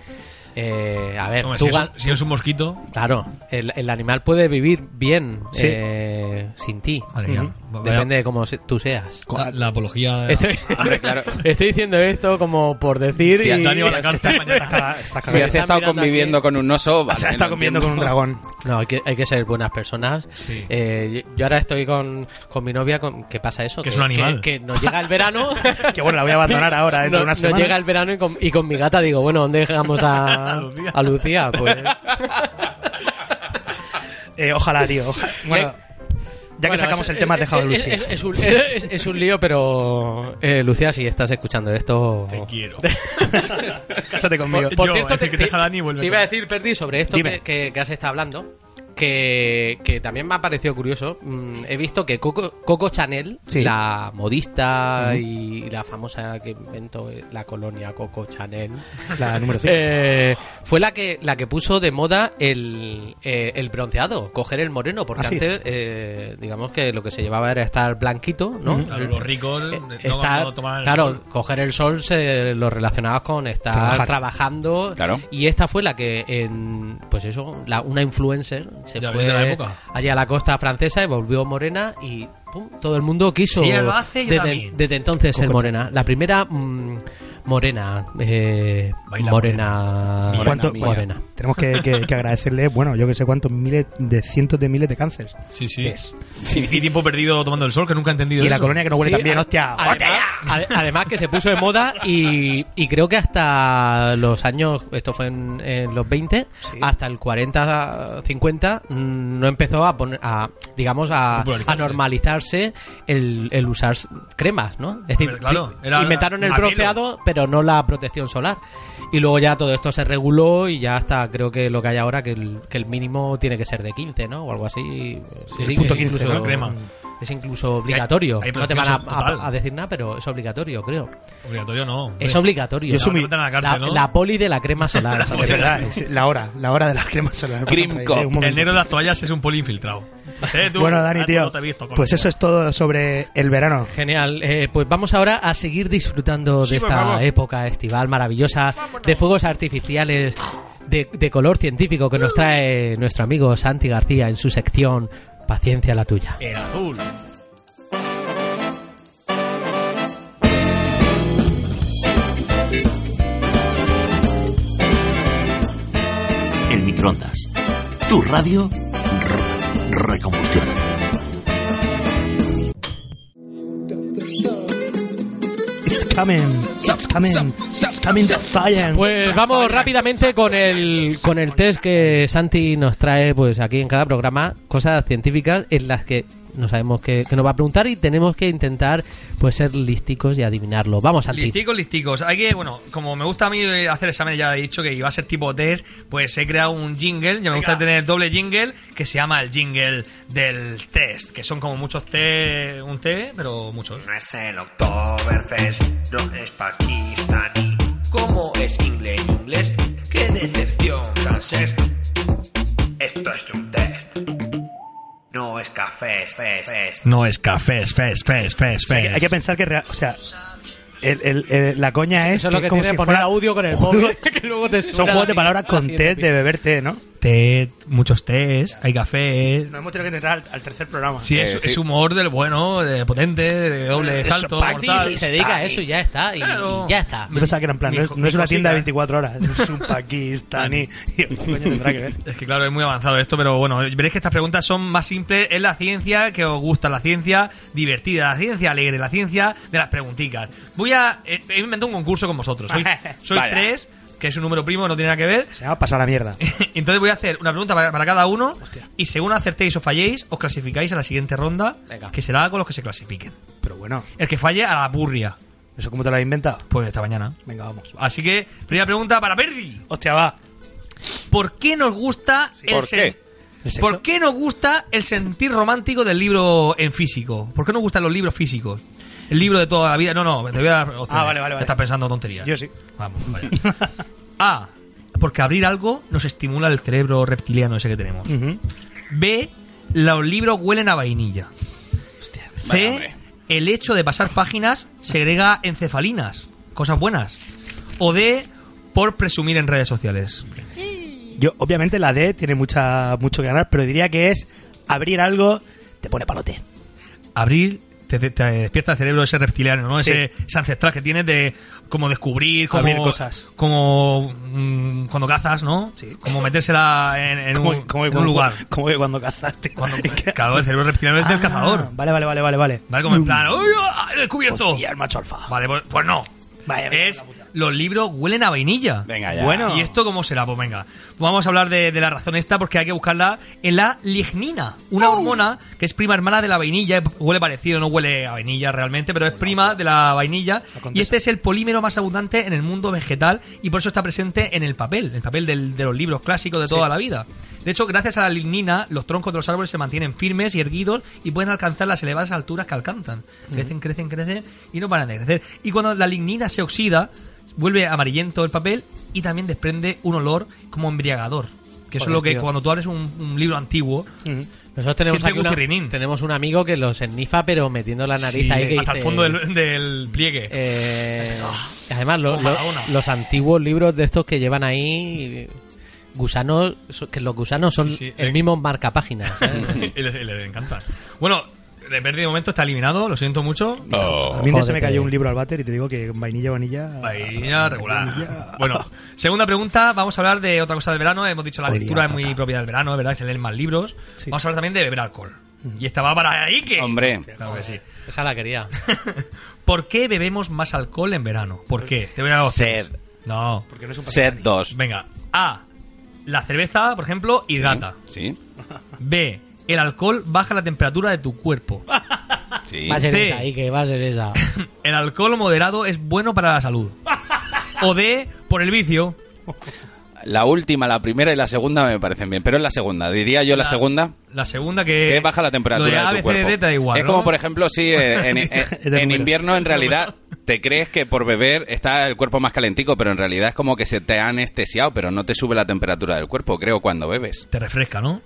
Speaker 2: eh, a ver,
Speaker 4: Hombre,
Speaker 2: tú
Speaker 4: si, es,
Speaker 2: gan-
Speaker 4: un- si es un mosquito.
Speaker 2: Claro, el, el animal puede vivir bien
Speaker 3: Sí.
Speaker 2: eh, sin ti.
Speaker 4: Madre mía.
Speaker 2: Ujú.
Speaker 4: Vaya-
Speaker 2: Depende Este de cómo se- tú seas.
Speaker 4: La, la apología.
Speaker 2: Estoy,
Speaker 5: Hombre, claro.
Speaker 2: estoy diciendo esto como por decir.
Speaker 5: Sí,
Speaker 2: y-
Speaker 5: Dani
Speaker 4: Dani va a la cárcel mañana.
Speaker 3: Está- está
Speaker 5: Si
Speaker 2: Me
Speaker 3: cagado.
Speaker 5: has
Speaker 2: están
Speaker 5: estado
Speaker 2: mirando
Speaker 5: conviviendo
Speaker 2: aquí.
Speaker 5: con un oso, vale,
Speaker 3: se está
Speaker 5: lo
Speaker 3: comiendo con un
Speaker 5: entiendo.
Speaker 3: dragón.
Speaker 2: No, hay que, hay que ser buenas personas.
Speaker 4: Sí.
Speaker 2: Eh, yo- yo ahora estoy con, con mi novia, con, ¿qué pasa eso?
Speaker 4: Que es un animal.
Speaker 2: Que, que nos llega el verano.
Speaker 3: Que bueno, la voy a abandonar ahora
Speaker 2: no-
Speaker 3: dentro de una
Speaker 2: nos
Speaker 3: semana.
Speaker 2: llega el verano y con, y con mi gata digo, bueno, ¿dónde dejamos a,
Speaker 4: A Lucía.
Speaker 2: a Lucía? Pues,
Speaker 3: Eh, ojalá, tío. ojalá. Bueno,
Speaker 2: Eh,
Speaker 3: ya que
Speaker 2: Bueno,
Speaker 3: sacamos
Speaker 2: es-
Speaker 3: el tema, has
Speaker 2: es-
Speaker 3: dejado de
Speaker 2: es-
Speaker 3: lucir.
Speaker 2: Es, es un, es- es un lío, pero eh, Lucía, si estás escuchando esto.
Speaker 4: Te quiero.
Speaker 3: Cásate conmigo.
Speaker 2: Por, por
Speaker 4: Yo,
Speaker 2: cierto,
Speaker 4: el que
Speaker 2: te,
Speaker 4: te
Speaker 2: te-
Speaker 4: deja Dani vuelve
Speaker 2: te iba a
Speaker 4: con-
Speaker 2: decir, Perdi, sobre esto
Speaker 3: Dime.
Speaker 2: que, que- que has estado hablando, que, que también me ha parecido curioso. Mm, he visto que Coco, Coco Chanel,
Speaker 3: Sí.
Speaker 2: la modista y la famosa que inventó eh, la colonia Coco Chanel,
Speaker 3: La número 5.
Speaker 2: eh, fue la que la que puso de moda el, eh, el bronceado, coger el moreno, porque
Speaker 3: Ah, sí.
Speaker 2: antes, eh, digamos que lo que se llevaba era estar blanquito, ¿no?
Speaker 4: Claro, los ricos
Speaker 2: Mm. Eh,
Speaker 4: no-
Speaker 2: estar-
Speaker 4: no toman el
Speaker 2: claro,
Speaker 4: sol.
Speaker 2: coger el sol se lo relacionabas con estar
Speaker 3: Trabajar.
Speaker 2: trabajando.
Speaker 5: Claro.
Speaker 2: Y esta fue la que, en, pues eso, la, una influencer se
Speaker 4: Ya
Speaker 2: fue
Speaker 4: viene la época.
Speaker 2: allá a la costa francesa y volvió morena y pum, todo el mundo quiso
Speaker 4: Si ella lo hace, yo
Speaker 2: desde,
Speaker 4: también.
Speaker 2: desde entonces ser
Speaker 3: Coco
Speaker 2: morena. La primera mm, morena, eh,
Speaker 4: Baila
Speaker 2: morena,
Speaker 5: morena.
Speaker 3: ¿Cuánto-
Speaker 5: mía.
Speaker 2: morena.
Speaker 3: Tenemos que, que- que agradecerle, bueno, yo que sé cuántos miles de cientos de miles de cánceres.
Speaker 4: Sí, sí.
Speaker 3: Es.
Speaker 5: Sí.
Speaker 4: Y tiempo perdido tomando el sol, que nunca he entendido
Speaker 3: Y la
Speaker 4: eso.
Speaker 3: colonia que no huele
Speaker 2: Sí,
Speaker 3: tan bien,
Speaker 2: a-
Speaker 3: hostia.
Speaker 2: Además, ade- además que se puso de moda y, y creo que hasta los años, esto fue en, en los 20,
Speaker 3: Sí.
Speaker 2: hasta el 40, 50, mm, no empezó a poner, a, digamos, a,
Speaker 4: Popularizarse.
Speaker 2: a normalizarse el, el usar s- cremas, ¿no? Es decir,
Speaker 4: Hombre, claro,
Speaker 2: di-
Speaker 4: era
Speaker 2: inventaron el
Speaker 4: a pelo.
Speaker 2: bronceado, pero no la protección solar. Y luego ya todo esto se reguló y ya hasta creo que lo que hay ahora, que el, que el mínimo tiene que ser de 15, ¿no? O algo así.
Speaker 4: Sí,
Speaker 2: Es
Speaker 4: sí,
Speaker 2: incluso-
Speaker 4: sí, incluso, ¿no? Crema.
Speaker 2: es incluso obligatorio.
Speaker 4: Hay- hay
Speaker 2: no te van a,
Speaker 4: prohibición total.
Speaker 2: a- a decir nada, pero es obligatorio, creo.
Speaker 4: Obligatorio no. hombre.
Speaker 2: Es obligatorio.
Speaker 3: Yo soy muy-
Speaker 4: Te meten a la
Speaker 2: la,
Speaker 4: cárcel, ¿no?
Speaker 2: la poli de la crema solar.
Speaker 3: Es verdad, es la hora, la hora de las cremas solares. Vamos a
Speaker 5: Cream
Speaker 3: traer,
Speaker 5: Cop.
Speaker 3: eh, un momento.
Speaker 4: El negro de las toallas es un poli infiltrado. Eh, tú,
Speaker 3: Bueno, Dani,
Speaker 4: ah, tú
Speaker 3: tío,
Speaker 4: no te he visto con-
Speaker 3: pues eso es todo sobre el verano.
Speaker 2: Genial. Eh, pues vamos ahora a seguir disfrutando de
Speaker 4: por
Speaker 2: esta
Speaker 4: favor.
Speaker 2: época estival maravillosa, de fuegos artificiales, de, de color científico que nos trae nuestro amigo Santi García en su sección Paciencia la tuya.
Speaker 4: El azul.
Speaker 1: El microondas. Tu radio re- recombustión.
Speaker 3: coming, it's coming, it's coming the science.
Speaker 2: Pues vamos rápidamente con el, con el test que Santi nos trae pues aquí en cada programa, cosas científicas en las que no sabemos qué, qué nos va a preguntar y tenemos que intentar pues ser lísticos y adivinarlo. Vamos, Santi.
Speaker 4: Listicos, listicos. Hay que, bueno, como me gusta a mí eh, hacer exámenes, ya he dicho que iba a ser tipo test, pues he creado un jingle, ya me gusta tener doble jingle, que se llama el jingle del test, que son como muchos T, un T, pero muchos.
Speaker 6: No es el Oktoberfest, no es pakistaní. ¿Cómo es inglés inglés? ¡Qué decepción francés! Esto es un test. No es café, es fest, fest.
Speaker 4: No es café, es fest, fest, fest,
Speaker 3: Hay que- Hay que pensar que, rea- o sea, el- el- el- la coña es,
Speaker 2: Eso es lo que
Speaker 3: como
Speaker 2: tiene
Speaker 3: si
Speaker 2: poner
Speaker 3: fuera-
Speaker 2: audio con el móvil. que luego te
Speaker 3: son juegos de palabras con té de beber té, ¿no?
Speaker 4: Té, muchos T's, hay café.
Speaker 3: Nos hemos tenido que entrar al, al tercer programa.
Speaker 4: Sí, es,
Speaker 5: Eh, sí.
Speaker 4: es humor del bueno, de potente, de doble
Speaker 3: Eso,
Speaker 4: salto,
Speaker 3: Pati,
Speaker 4: mortal.
Speaker 2: Y se dedica a eso y ya está. Y,
Speaker 4: Claro.
Speaker 2: y ya está.
Speaker 3: Yo pensaba que era en plan,
Speaker 4: Mi
Speaker 3: no es,
Speaker 4: co-
Speaker 3: no es
Speaker 4: mi ¿eh?
Speaker 3: una tienda de 24
Speaker 4: cosita.
Speaker 3: horas, es un pakistaní. Digo, ¿qué coño tendrá que ver?
Speaker 4: Es que claro, es muy avanzado esto, pero bueno, veréis que estas preguntas son más simples. Es la ciencia que os gusta, la ciencia divertida, la ciencia alegre, la ciencia de las preguntitas. Voy a... eh, he inventado un concurso con vosotros. Soy, soy
Speaker 5: Vaya.
Speaker 4: tres, que es un número primo, no tiene nada que ver.
Speaker 3: Se va a pasar la mierda.
Speaker 4: Entonces voy a hacer una pregunta para, para cada uno y según acertéis o falléis, os clasificáis a la siguiente ronda,
Speaker 2: Venga.
Speaker 4: que será con los que se clasifiquen.
Speaker 3: Pero bueno,
Speaker 4: El que falle a la burria,
Speaker 3: ¿eso cómo te lo has inventado?
Speaker 4: pues esta mañana.
Speaker 3: Venga, vamos.
Speaker 4: Así que, primera pregunta para Perdi.
Speaker 3: Hostia, va.
Speaker 4: ¿Por qué nos gusta el
Speaker 5: ¿Por
Speaker 4: sen-
Speaker 5: qué?
Speaker 3: ¿El sexo?
Speaker 4: ¿Por qué nos gusta el sentir romántico del libro en físico? ¿Por qué nos gustan los libros físicos? El libro de toda la vida. No, no, te voy a dar opciones.
Speaker 3: Ah, vale, vale, vale.
Speaker 4: Estás pensando tonterías.
Speaker 3: Yo sí.
Speaker 4: Vamos, vaya. A. Porque abrir algo nos estimula el cerebro reptiliano ese que tenemos.
Speaker 3: Ujú.
Speaker 4: B. Los libros huelen a vainilla.
Speaker 5: Vaya,
Speaker 4: C.
Speaker 5: hombre.
Speaker 4: El hecho de pasar páginas segrega encefalinas. Cosas buenas. O D. Por presumir en redes sociales.
Speaker 3: Yo, obviamente, la D tiene mucha, mucho que ganar, pero diría que es abrir algo, te pone palote.
Speaker 4: abrir te, te- te despierta el cerebro ese reptiliano, ¿no?
Speaker 3: Sí.
Speaker 4: Ese, ese ancestral que tienes de como descubrir, como,
Speaker 3: Abrir cosas.
Speaker 4: como mm, cuando cazas, ¿no?
Speaker 3: Sí.
Speaker 4: Como metérsela en, en
Speaker 3: Como-
Speaker 4: un,
Speaker 3: como
Speaker 4: en
Speaker 3: cuando-
Speaker 4: un lugar.
Speaker 3: Como que cuando cazaste.
Speaker 4: Cuando-
Speaker 3: Es que-
Speaker 4: claro, el cerebro reptiliano es del
Speaker 3: Ah,
Speaker 4: cazador.
Speaker 3: Vale, vale, vale, vale, vale.
Speaker 4: Vale, como en plan, ¡Uy, ah, he descubierto!
Speaker 3: Hostia, el macho alfa.
Speaker 4: Vale, pues, pues no.
Speaker 3: Vaya, venga,
Speaker 4: es
Speaker 3: la puta.
Speaker 4: los libros huelen a vainilla.
Speaker 5: Venga, ya.
Speaker 3: Bueno.
Speaker 4: ¿Y esto cómo será? Pues venga, vamos a hablar de, de la razón esta porque hay que buscarla en la lignina, una hormona que es prima hermana de la vainilla, eh, huele parecido, no huele a vainilla realmente, pero es prima de la vainilla y
Speaker 3: condesa.
Speaker 4: este es el polímero más abundante en el mundo vegetal y por eso está presente en el papel, el papel del- de los libros clásicos de toda la vida. De hecho, gracias a la lignina, los troncos de los árboles se mantienen firmes y erguidos y pueden alcanzar las elevadas alturas que alcanzan. Crecen, crecen, crecen y no paran de crecer. Y cuando la lignina se oxida, vuelve amarillento el papel y también desprende un olor como embriagador. Que eso
Speaker 3: Joder,
Speaker 4: es lo que
Speaker 3: tío.
Speaker 4: cuando tú abres un, un libro antiguo,
Speaker 3: Ujú.
Speaker 2: Nosotros tenemos,
Speaker 4: Siente
Speaker 2: aquí una-
Speaker 4: gutirinín.
Speaker 2: tenemos un amigo que los ennifa, pero metiendo la nariz
Speaker 4: sí,
Speaker 2: ahí. que
Speaker 4: hasta el
Speaker 2: dice,
Speaker 4: fondo del, del pliegue.
Speaker 2: eh, además, lo-
Speaker 4: Toma,
Speaker 2: lo-
Speaker 4: una.
Speaker 2: los antiguos libros de estos que llevan ahí. Gusanos. so- Que los gusanos son
Speaker 4: Sí, sí,
Speaker 2: el
Speaker 4: eh.
Speaker 2: mismo ¿eh? marcapáginas. ¿sabes?
Speaker 4: y les, les encanta. Bueno, de de momento está eliminado, lo siento mucho.
Speaker 5: Oh.
Speaker 3: A mí
Speaker 2: Joder,
Speaker 3: se me cayó
Speaker 2: Pedro.
Speaker 3: un libro al váter y te digo que con vainilla, vainilla.
Speaker 4: Vainilla regular.
Speaker 3: Vainilla.
Speaker 4: Bueno, segunda pregunta, vamos a hablar de otra cosa del verano. Hemos dicho la
Speaker 3: Olía
Speaker 4: lectura
Speaker 3: a
Speaker 4: es muy
Speaker 3: caca.
Speaker 4: propia del verano, es verdad, se leen más libros.
Speaker 3: Sí.
Speaker 4: Vamos a hablar también de beber alcohol. Y esta va para Ike.
Speaker 5: oh, Hombre.
Speaker 4: Claro que sí.
Speaker 2: Esa la quería.
Speaker 4: ¿Por qué bebemos más alcohol en verano? ¿Por qué? Te voy a dar opciones.
Speaker 5: Sed.
Speaker 4: No.
Speaker 5: Set 2.
Speaker 4: Venga. A. La cerveza, por ejemplo, hidrata.
Speaker 5: ¿Mm? Sí.
Speaker 4: B. El alcohol baja la temperatura de tu cuerpo.
Speaker 5: Sí.
Speaker 2: Va a ser
Speaker 4: Sí.
Speaker 2: esa, Ike, va a ser esa.
Speaker 4: El alcohol moderado es bueno para la salud. O D. Por el vicio.
Speaker 5: La última, la primera y la segunda me parecen bien. Pero es la segunda. Diría yo la, segunda.
Speaker 4: La segunda que.
Speaker 5: Que baja la temperatura
Speaker 4: Eh, lo de A,
Speaker 5: de, tu
Speaker 4: B, C,
Speaker 5: cuerpo.
Speaker 4: D te da igual.
Speaker 5: es
Speaker 4: ¿no?
Speaker 5: como, por ejemplo, si eh, en, eh, en
Speaker 3: número.
Speaker 5: invierno en realidad te crees que por beber está el cuerpo más calentico, pero en realidad es como que se te ha anestesiado, pero no te sube la temperatura del cuerpo, creo, cuando bebes.
Speaker 4: Te refresca, ¿no?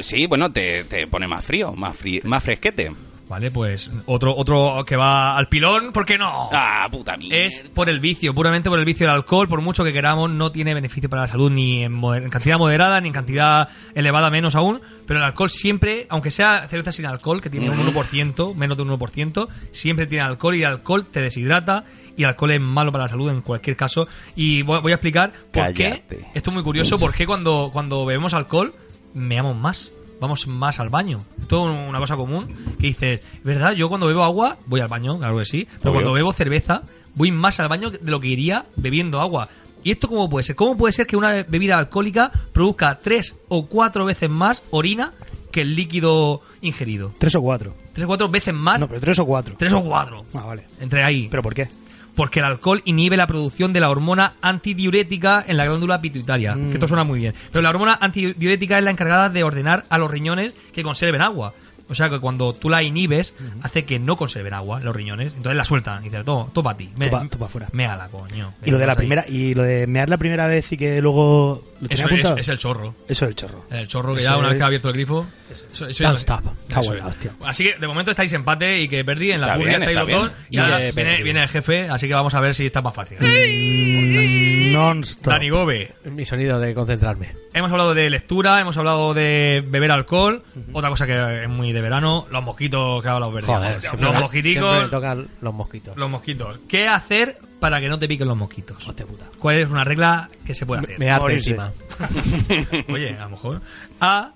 Speaker 5: Sí, bueno, te, te pone más frío, más, fri- más fresquete.
Speaker 4: Vale, pues otro, otro que va al pilón, ¿por qué no?
Speaker 5: Ah, puta mierda.
Speaker 4: Oh. Es por el vicio, puramente por el vicio del alcohol, por mucho que queramos, no tiene beneficio para la salud ni en, moder- en cantidad moderada ni en cantidad elevada menos aún, pero el alcohol siempre, aunque sea cerveza sin alcohol, que tiene un 1%, menos de un 1%, siempre tiene alcohol y el alcohol te deshidrata y el alcohol es malo para la salud en cualquier caso. Y voy voy a explicar por qué,
Speaker 5: Cállate.
Speaker 4: esto es muy curioso, por qué cuando, cuando bebemos alcohol meamos más. Vamos más al baño. Esto es una cosa común que dices, ¿verdad? Yo cuando bebo agua voy al baño, claro que sí. Pero
Speaker 5: Obvio.
Speaker 4: cuando bebo cerveza voy más al baño de lo que iría bebiendo agua. ¿Y esto cómo puede ser? ¿Cómo puede ser que una bebida alcohólica produzca tres o cuatro veces más orina que el líquido ingerido?
Speaker 3: Tres o cuatro.
Speaker 4: ¿Tres o cuatro veces
Speaker 2: Ah,
Speaker 4: más?
Speaker 3: No, pero tres o cuatro.
Speaker 4: Tres o cuatro.
Speaker 3: Ah, vale.
Speaker 4: Entre ahí.
Speaker 3: ¿Pero por qué?
Speaker 4: porque el alcohol inhibe la producción de la hormona antidiurética en la glándula pituitaria. Que
Speaker 3: Mm.
Speaker 4: esto suena muy bien. Pero la hormona antidiurética es la encargada de ordenar a los riñones que conserven agua. O sea que cuando tú la inhibes, hace que no conserven agua los riñones. Entonces la sueltan y dicen, todo, todo para ti. Me,
Speaker 3: Tú pa- tú pa' fuera.
Speaker 4: Méala, coño.
Speaker 3: Y lo de la
Speaker 4: Ahí.
Speaker 3: primera, y lo de mear la primera vez y que luego lo tenía
Speaker 4: Eso es,
Speaker 3: apuntado.
Speaker 4: es el chorro.
Speaker 3: Eso es el chorro.
Speaker 4: El chorro que
Speaker 3: Eso
Speaker 4: ya una vez
Speaker 3: es.
Speaker 4: que ha abierto el grifo. Eso, eso ya-
Speaker 2: Don't stop.
Speaker 3: Está
Speaker 4: eso
Speaker 3: buena,
Speaker 4: es.
Speaker 3: hostia.
Speaker 4: Así que de momento estáis empate y que perdí en la
Speaker 5: Está
Speaker 4: pública
Speaker 5: bien,
Speaker 4: estáis
Speaker 5: está
Speaker 4: los dos.
Speaker 5: bien.
Speaker 4: Y ahora
Speaker 2: Y, eh,
Speaker 4: viene,
Speaker 2: perdí.
Speaker 4: viene el jefe, así que vamos a ver si está más fácil.
Speaker 3: Non stop.
Speaker 4: Dani Gobe,
Speaker 2: Mi sonido de concentrarme.
Speaker 4: Hemos hablado de lectura, hemos hablado de beber alcohol, otra cosa que es muy de verano, los mosquitos que ha hablado Verdi.
Speaker 2: Joder,
Speaker 4: Los
Speaker 2: siempre, siempre me
Speaker 4: mosquiticos,
Speaker 2: tocan los mosquitos.
Speaker 4: los mosquitos. ¿Qué hacer para que no te piquen los mosquitos?
Speaker 2: Hostia puta.
Speaker 4: ¿Cuál es una regla que se puede hacer?
Speaker 2: Me arte
Speaker 3: Morirse.
Speaker 2: encima.
Speaker 4: Oye, a lo mejor. A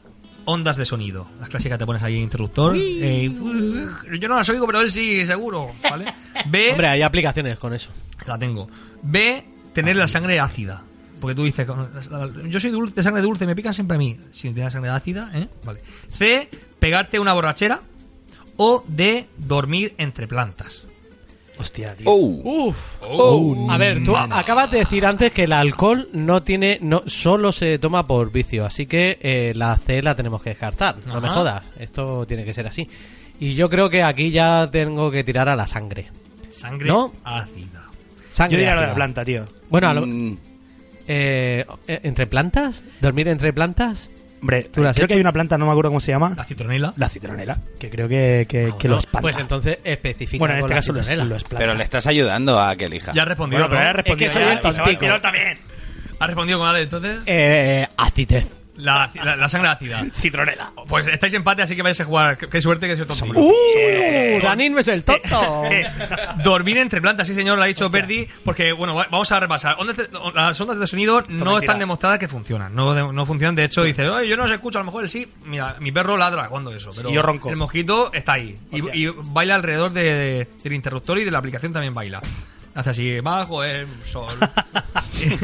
Speaker 4: ondas de sonido. Las clásicas te pones ahí interruptor. eh, y- yo no las oigo, pero él sí, seguro. ¿vale? B
Speaker 2: Hombre, hay aplicaciones con eso.
Speaker 4: La tengo. B, tener
Speaker 3: Ah,
Speaker 4: la sangre ácida. Porque tú dices, yo soy dulce, de sangre dulce, me pican siempre a mí. Si tienes sangre ácida, ¿eh? Vale. C, pegarte una borrachera. O D, dormir entre plantas.
Speaker 3: Hostia, tío.
Speaker 5: ¡Oh!
Speaker 2: Uf.
Speaker 5: ¡Oh!
Speaker 3: Uh,
Speaker 2: A ver, tú
Speaker 4: Mamá.
Speaker 2: acabas de decir antes que el alcohol no tiene, no, solo se toma por vicio, así que eh, la C la tenemos que descartar. No
Speaker 4: Ajá.
Speaker 2: me jodas, esto tiene que ser así. Y yo creo que aquí ya tengo que tirar a la sangre.
Speaker 4: Sangre
Speaker 2: ¿No?
Speaker 4: ácida.
Speaker 2: Sangre
Speaker 3: Yo diría lo de
Speaker 2: ácida.
Speaker 3: la planta, tío.
Speaker 2: Bueno, a lo-
Speaker 5: Mm,
Speaker 2: eh, eh, entre plantas, dormir entre plantas.
Speaker 3: Hombre,
Speaker 2: ¿Tú la
Speaker 3: creo
Speaker 2: has
Speaker 3: que hay una planta, no me acuerdo cómo se llama.
Speaker 4: La citronela.
Speaker 3: La citronela. Que creo que, que,
Speaker 2: Ah,
Speaker 3: que
Speaker 2: bueno,
Speaker 3: lo espanta.
Speaker 2: Pues entonces especifica.
Speaker 3: bueno, en
Speaker 2: con
Speaker 3: este
Speaker 2: la
Speaker 3: caso lo, es,
Speaker 2: citronela.
Speaker 3: lo espanta.
Speaker 5: Pero le estás ayudando a que elija.
Speaker 4: Ya ha respondido.
Speaker 3: Bueno, pero
Speaker 4: ¿no?
Speaker 3: ahora he respondido
Speaker 2: soy
Speaker 3: ya,
Speaker 2: el
Speaker 3: y se va
Speaker 2: tontico.
Speaker 3: olvidar también.
Speaker 4: Ha respondido con Ale, entonces.
Speaker 2: Eh, acidez.
Speaker 4: La, la- la sangre ácida.
Speaker 3: Citronela.
Speaker 4: Pues estáis empate, así que vais a jugar. Qué, qué suerte que soy tonto.
Speaker 2: ¡Uh! Danín es el tonto.
Speaker 4: Eh, dormir entre plantas, sí señor, lo ha dicho Verdi, porque bueno, va- vamos a repasar. Ondas de- las ondas de sonido no
Speaker 3: mentira.
Speaker 4: están demostradas que funcionan, no, de- no funcionan, de hecho dice, "Ay, yo no los escucho, a lo mejor él sí, mira, mi perro ladra cuando eso, pero
Speaker 3: Sí, yo ronco.
Speaker 4: el mosquito está ahí
Speaker 3: Hostia.
Speaker 4: y, y baila alrededor de- de- del interruptor y de la aplicación también baila. Hace así, bajo el sol.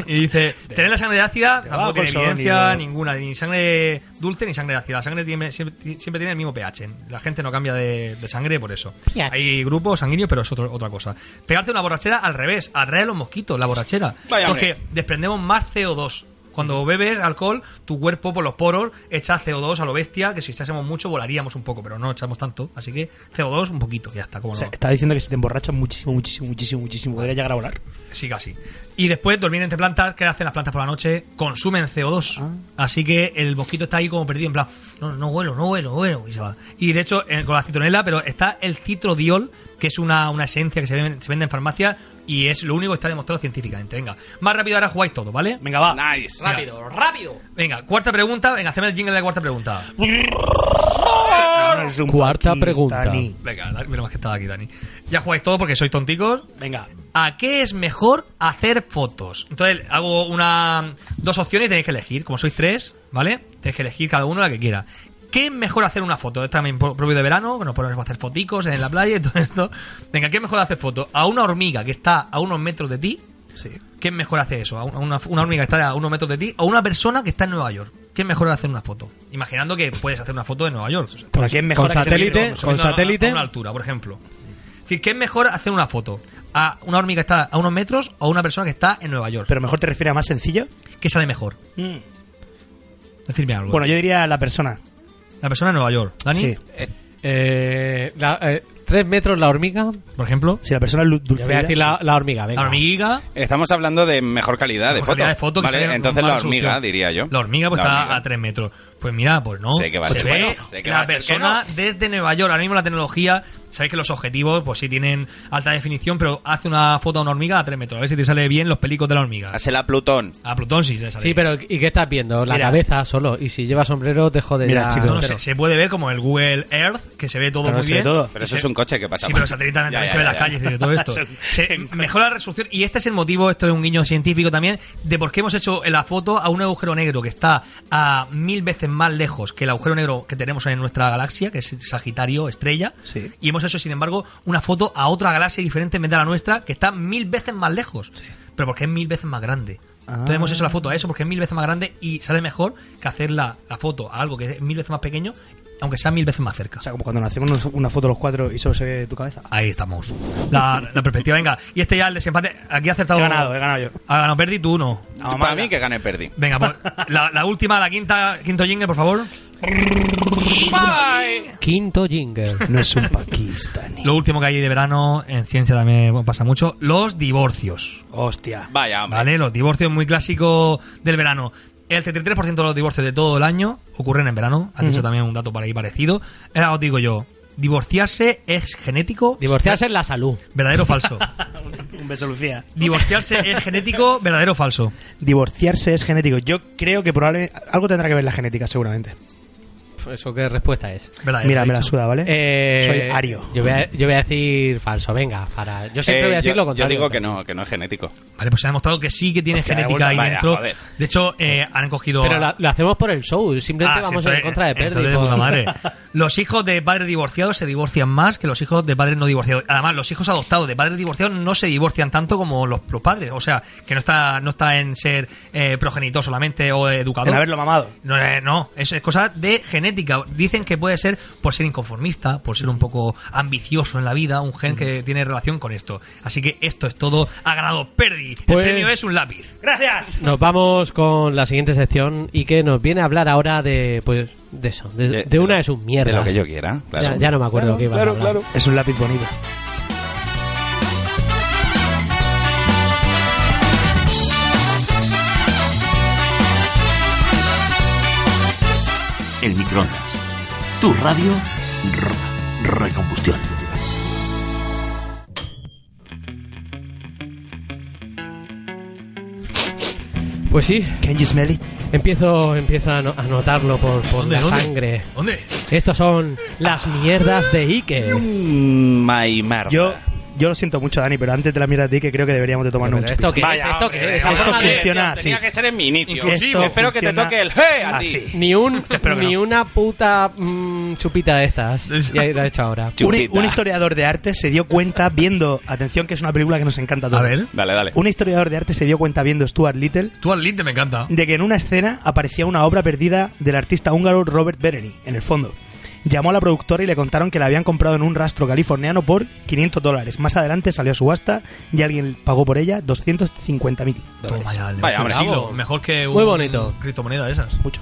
Speaker 4: y, y dice, tener la sangre ácida
Speaker 3: bajo
Speaker 4: tampoco tiene
Speaker 3: el sol,
Speaker 4: evidencia
Speaker 3: ni-
Speaker 4: ninguna, ni sangre dulce ni sangre ácida. La sangre tiene- siempre, siempre tiene el mismo pH. La gente no cambia de, de sangre por eso.
Speaker 2: PH.
Speaker 4: Hay grupos sanguíneos, pero es otro- otra cosa. Pegarte una borrachera al revés, atrae a los mosquitos, la borrachera.
Speaker 5: Vaya
Speaker 4: porque
Speaker 5: hombre.
Speaker 4: desprendemos más CO2. Cuando bebes alcohol, tu cuerpo por los poros echa CO2 a lo bestia, que si echásemos mucho volaríamos un poco, pero no echamos tanto. Así que CO2 un poquito, ya está. Como
Speaker 3: O sea,
Speaker 4: no?
Speaker 3: está diciendo que si te emborrachas muchísimo, muchísimo, muchísimo, muchísimo, podrías llegar a volar.
Speaker 4: Sí, casi. Y después dormir entre plantas, ¿qué hacen las plantas por la noche? Consumen CO2. Así que el mosquito está ahí como perdido, en plan, no, no huelo, no huelo, no huelo, y se va. Y de hecho, eh, con la citronela, pero está el citrodiol, que es una, una esencia que se vende, se vende en farmacia y es lo único que está demostrado científicamente. Venga, más rápido ahora jugáis todo, ¿vale?
Speaker 3: Venga, va.
Speaker 5: Nice.
Speaker 2: Rápido, rápido.
Speaker 4: Venga, cuarta pregunta, venga, haceme el jingle de la cuarta pregunta.
Speaker 3: Es un
Speaker 2: Cuarta
Speaker 3: pakistaní.
Speaker 2: pregunta.
Speaker 4: Venga, da- menos más que estaba aquí, Dani. Ya jugáis todo porque sois tonticos.
Speaker 3: Venga.
Speaker 4: ¿A qué es mejor hacer fotos? Entonces hago una dos opciones y tenéis que elegir. Como sois tres, ¿vale? Tenéis que elegir cada uno la que quiera. ¿Qué es mejor hacer una foto? Es también pro- propio de verano, que nos ponemos a hacer foticos en la playa y todo esto. Venga, ¿qué es mejor hacer fotos? ¿A una hormiga que está a unos metros de ti?
Speaker 3: Sí.
Speaker 4: ¿Qué es mejor hacer eso? ¿A un- a una, una hormiga que está a unos metros de ti? ¿O una persona que está en Nueva York? ¿Qué es mejor hacer una foto? Imaginando que puedes hacer una foto de Nueva York.
Speaker 3: ¿Por qué es mejor
Speaker 2: con
Speaker 3: que se
Speaker 2: satélite?
Speaker 3: mire?
Speaker 4: Subiendo
Speaker 2: con
Speaker 4: a-
Speaker 2: satélite.
Speaker 4: A una altura, por ejemplo. Es decir, ¿qué es mejor hacer una foto? ¿A una hormiga que está a unos metros o a una persona que está en Nueva York?
Speaker 3: Pero mejor te refieres a más sencillo.
Speaker 4: ¿Qué sale mejor? Decirme algo.
Speaker 3: Bueno, yo diría la persona.
Speaker 4: la persona en Nueva York. Dani,
Speaker 3: Sí.
Speaker 2: Eh, la- eh, tres metros la hormiga.
Speaker 4: por ejemplo.
Speaker 3: Si la persona es lu- dulce.
Speaker 2: Yo voy a decir la, la hormiga, venga.
Speaker 4: La hormiguiga.
Speaker 5: Estamos hablando de mejor calidad de
Speaker 4: mejor
Speaker 5: foto.
Speaker 4: calidad foto, que
Speaker 5: Vale,
Speaker 4: sería
Speaker 5: entonces
Speaker 4: más
Speaker 5: la hormiga,
Speaker 4: solución.
Speaker 5: diría yo.
Speaker 4: La hormiga pues
Speaker 5: La
Speaker 4: está
Speaker 5: hormiga.
Speaker 4: a 3 metros. Pues mira, pues no.
Speaker 5: Sé que va a
Speaker 4: Pues
Speaker 5: ser
Speaker 4: ve
Speaker 5: que no, sé que
Speaker 4: la
Speaker 5: va a ser que
Speaker 4: persona
Speaker 5: no.
Speaker 4: desde Nueva York. Ahora mismo la tecnología, sabéis que los objetivos pues sí tienen alta definición, pero hace una foto a una hormiga a 3 metros. A ver si te sale bien los pelicos de la hormiga.
Speaker 5: Hásela a Plutón.
Speaker 4: A Plutón sí se sale
Speaker 2: Sí,
Speaker 4: bien.
Speaker 2: pero ¿y qué estás viendo? La
Speaker 3: Mira.
Speaker 2: cabeza solo. Y si llevas sombrero, te jode
Speaker 3: Mira,
Speaker 2: ya
Speaker 3: chico.
Speaker 4: No, no,
Speaker 2: entero.
Speaker 4: se, se puede ver como el Google Earth, que se ve todo
Speaker 3: Pero
Speaker 4: muy
Speaker 3: se ve
Speaker 4: bien.
Speaker 3: todo.
Speaker 5: Pero
Speaker 4: Y
Speaker 5: eso es
Speaker 4: se-
Speaker 5: un coche que pasa.
Speaker 4: Sí, pero
Speaker 5: por-
Speaker 4: satélite
Speaker 5: Ya,
Speaker 4: también
Speaker 5: ya,
Speaker 4: se ve
Speaker 5: ya,
Speaker 4: las
Speaker 5: ya.
Speaker 4: calles y de todo esto.
Speaker 3: Son-
Speaker 4: Se- mejora la resolución. Y este es el motivo, esto es un guiño científico también, de por qué hemos hecho en la foto a un agujero negro que está a mil veces parecen más lejos que el agujero negro que tenemos en nuestra galaxia, que es Sagitario, estrella.
Speaker 3: Sí.
Speaker 4: Y hemos hecho, sin embargo, una foto a otra galaxia diferente en vez de la nuestra, que está mil veces más lejos. Pero porque es mil veces más grande.
Speaker 3: Ah.
Speaker 4: Entonces hemos hecho la foto a eso porque es mil veces más grande y sale mejor que hacer la, la foto a algo que es mil veces más pequeño, aunque sea mil veces más cerca.
Speaker 3: O sea, como cuando nos hacemos unos- una foto los cuatro y solo se ve tu cabeza.
Speaker 4: Ahí estamos. La, la perspectiva, venga. Y este ya el desempate. Aquí ha acertado.
Speaker 3: He ganado, eh. he ganado yo.
Speaker 4: Ha ganado Verdi, tú no.
Speaker 3: No,
Speaker 5: Para
Speaker 3: mala.
Speaker 5: mí que gane Perdi.
Speaker 4: Venga, pues, la, la última, la quinta, quinto jingle, por favor.
Speaker 2: Quinto jingle.
Speaker 3: No es un pakistaní.
Speaker 4: Lo último que hay de verano, en ciencia también bueno, pasa mucho, los divorcios.
Speaker 3: Hostia.
Speaker 5: Vaya, hombre.
Speaker 4: ¿Vale? Los divorcios muy clásicos del verano. El 33% de los divorcios de todo el año ocurren en verano. Has dicho también un dato por ahí parecido. Ahora os digo yo, ¿divorciarse es genético?
Speaker 2: Divorciarse es la salud.
Speaker 4: ¿Verdadero o falso?
Speaker 3: Un beso, Lucía.
Speaker 4: ¿Divorciarse es genético? ¿Verdadero o falso?
Speaker 3: Divorciarse es genético. Yo creo que probablemente algo tendrá que ver la genética, seguramente.
Speaker 2: ¿Eso qué respuesta es?
Speaker 4: Verdadero,
Speaker 3: Mira,
Speaker 4: Ah, he
Speaker 3: me la
Speaker 4: dicho.
Speaker 3: suda, ¿vale?
Speaker 2: Eh,
Speaker 3: Soy ario.
Speaker 2: Yo voy, a, yo voy a decir falso, venga. Para, yo siempre
Speaker 5: Eh,
Speaker 2: voy a decir
Speaker 5: yo,
Speaker 2: lo contrario.
Speaker 5: yo digo que no, que no es genético.
Speaker 4: Vale, pues se ha demostrado que sí que tiene
Speaker 5: Hostia,
Speaker 4: genética ahí
Speaker 5: vaya,
Speaker 4: dentro.
Speaker 5: joder.
Speaker 4: De hecho, eh, han cogido...
Speaker 2: Pero
Speaker 4: a-
Speaker 2: la- lo hacemos por el show, simplemente
Speaker 4: Ah, sí,
Speaker 2: vamos
Speaker 4: entonces-
Speaker 2: en contra de
Speaker 4: entonces
Speaker 2: Perdi.
Speaker 4: de
Speaker 2: por-
Speaker 4: puta madre. Los hijos de padres divorciados se divorcian más que los hijos de padres no divorciados. Además, los hijos adoptados de padres divorciados no se divorcian tanto como los, los padres. O sea, que no está, no está en ser eh, progenitor solamente o educador.
Speaker 3: En haberlo mamado.
Speaker 4: No, eh, no, eso es cosa de genética. Dicen que puede ser por ser inconformista, por ser un poco ambicioso en la vida, un gen
Speaker 2: Mm.
Speaker 4: que tiene relación con esto. Así que esto es todo. Ha ganado Perdi.
Speaker 2: Pues-
Speaker 4: El premio es un lápiz.
Speaker 3: ¡Gracias!
Speaker 2: Nos vamos con la siguiente sección y que nos viene a hablar ahora de pues de eso, de, de una de sus mierdas.
Speaker 5: De lo que yo quiera, claro.
Speaker 2: ya, ya no me acuerdo qué iba a hablar.
Speaker 3: Es un lápiz bonito.
Speaker 1: El microondas. Tu radio r- recombustión.
Speaker 2: Pues sí,
Speaker 3: Can you smell it?
Speaker 2: empiezo, empiezo a, no- a notarlo por, por la sangre.
Speaker 4: ¿Dónde?
Speaker 2: Estos son las mierdas de Ike.
Speaker 5: Mm, my marda.
Speaker 3: Yo, yo lo siento mucho, Dani, pero antes de la mierda de ti, que creo que deberíamos de tomarnos
Speaker 2: Pero
Speaker 3: un
Speaker 2: ¿Esto
Speaker 3: chupito.
Speaker 2: qué
Speaker 5: Vaya,
Speaker 2: es? ¿Esto
Speaker 5: hombre,
Speaker 2: qué es?
Speaker 5: venga,
Speaker 3: Esto
Speaker 5: joder,
Speaker 3: funciona
Speaker 5: tío, Tenía
Speaker 3: así.
Speaker 5: que ser en mi inicio.
Speaker 3: Inclusivo.
Speaker 5: Espero que te
Speaker 3: Funciona
Speaker 5: toque el hey a ti.
Speaker 3: Así.
Speaker 2: Ni, un,
Speaker 4: espero que
Speaker 2: ni
Speaker 4: no.
Speaker 2: una puta mm, chupita de estas. Ya lo he hecho ahora.
Speaker 5: Chu-
Speaker 3: Un,
Speaker 5: Chupita.
Speaker 3: un historiador de arte se dio cuenta viendo, atención que es una película que nos encanta a todos.
Speaker 4: A ver.
Speaker 5: Dale, dale.
Speaker 3: Un historiador de arte se dio cuenta viendo Stuart Little
Speaker 4: Tú al Linde me encanta.
Speaker 3: de que en una escena aparecía una obra perdida del artista húngaro Robert Bereni, en el fondo. Llamó a la productora y le contaron que la habían comprado en un rastro californiano por 500 dólares. Más adelante salió a subasta y alguien pagó por ella 250 mil dólares.
Speaker 4: Toma ya, el
Speaker 5: Vaya,
Speaker 4: mejor
Speaker 5: hombre.
Speaker 4: siglo.
Speaker 2: Bravo.
Speaker 4: Mejor que
Speaker 2: Muy bonito.
Speaker 4: criptomoneda de esas.
Speaker 3: Mucho.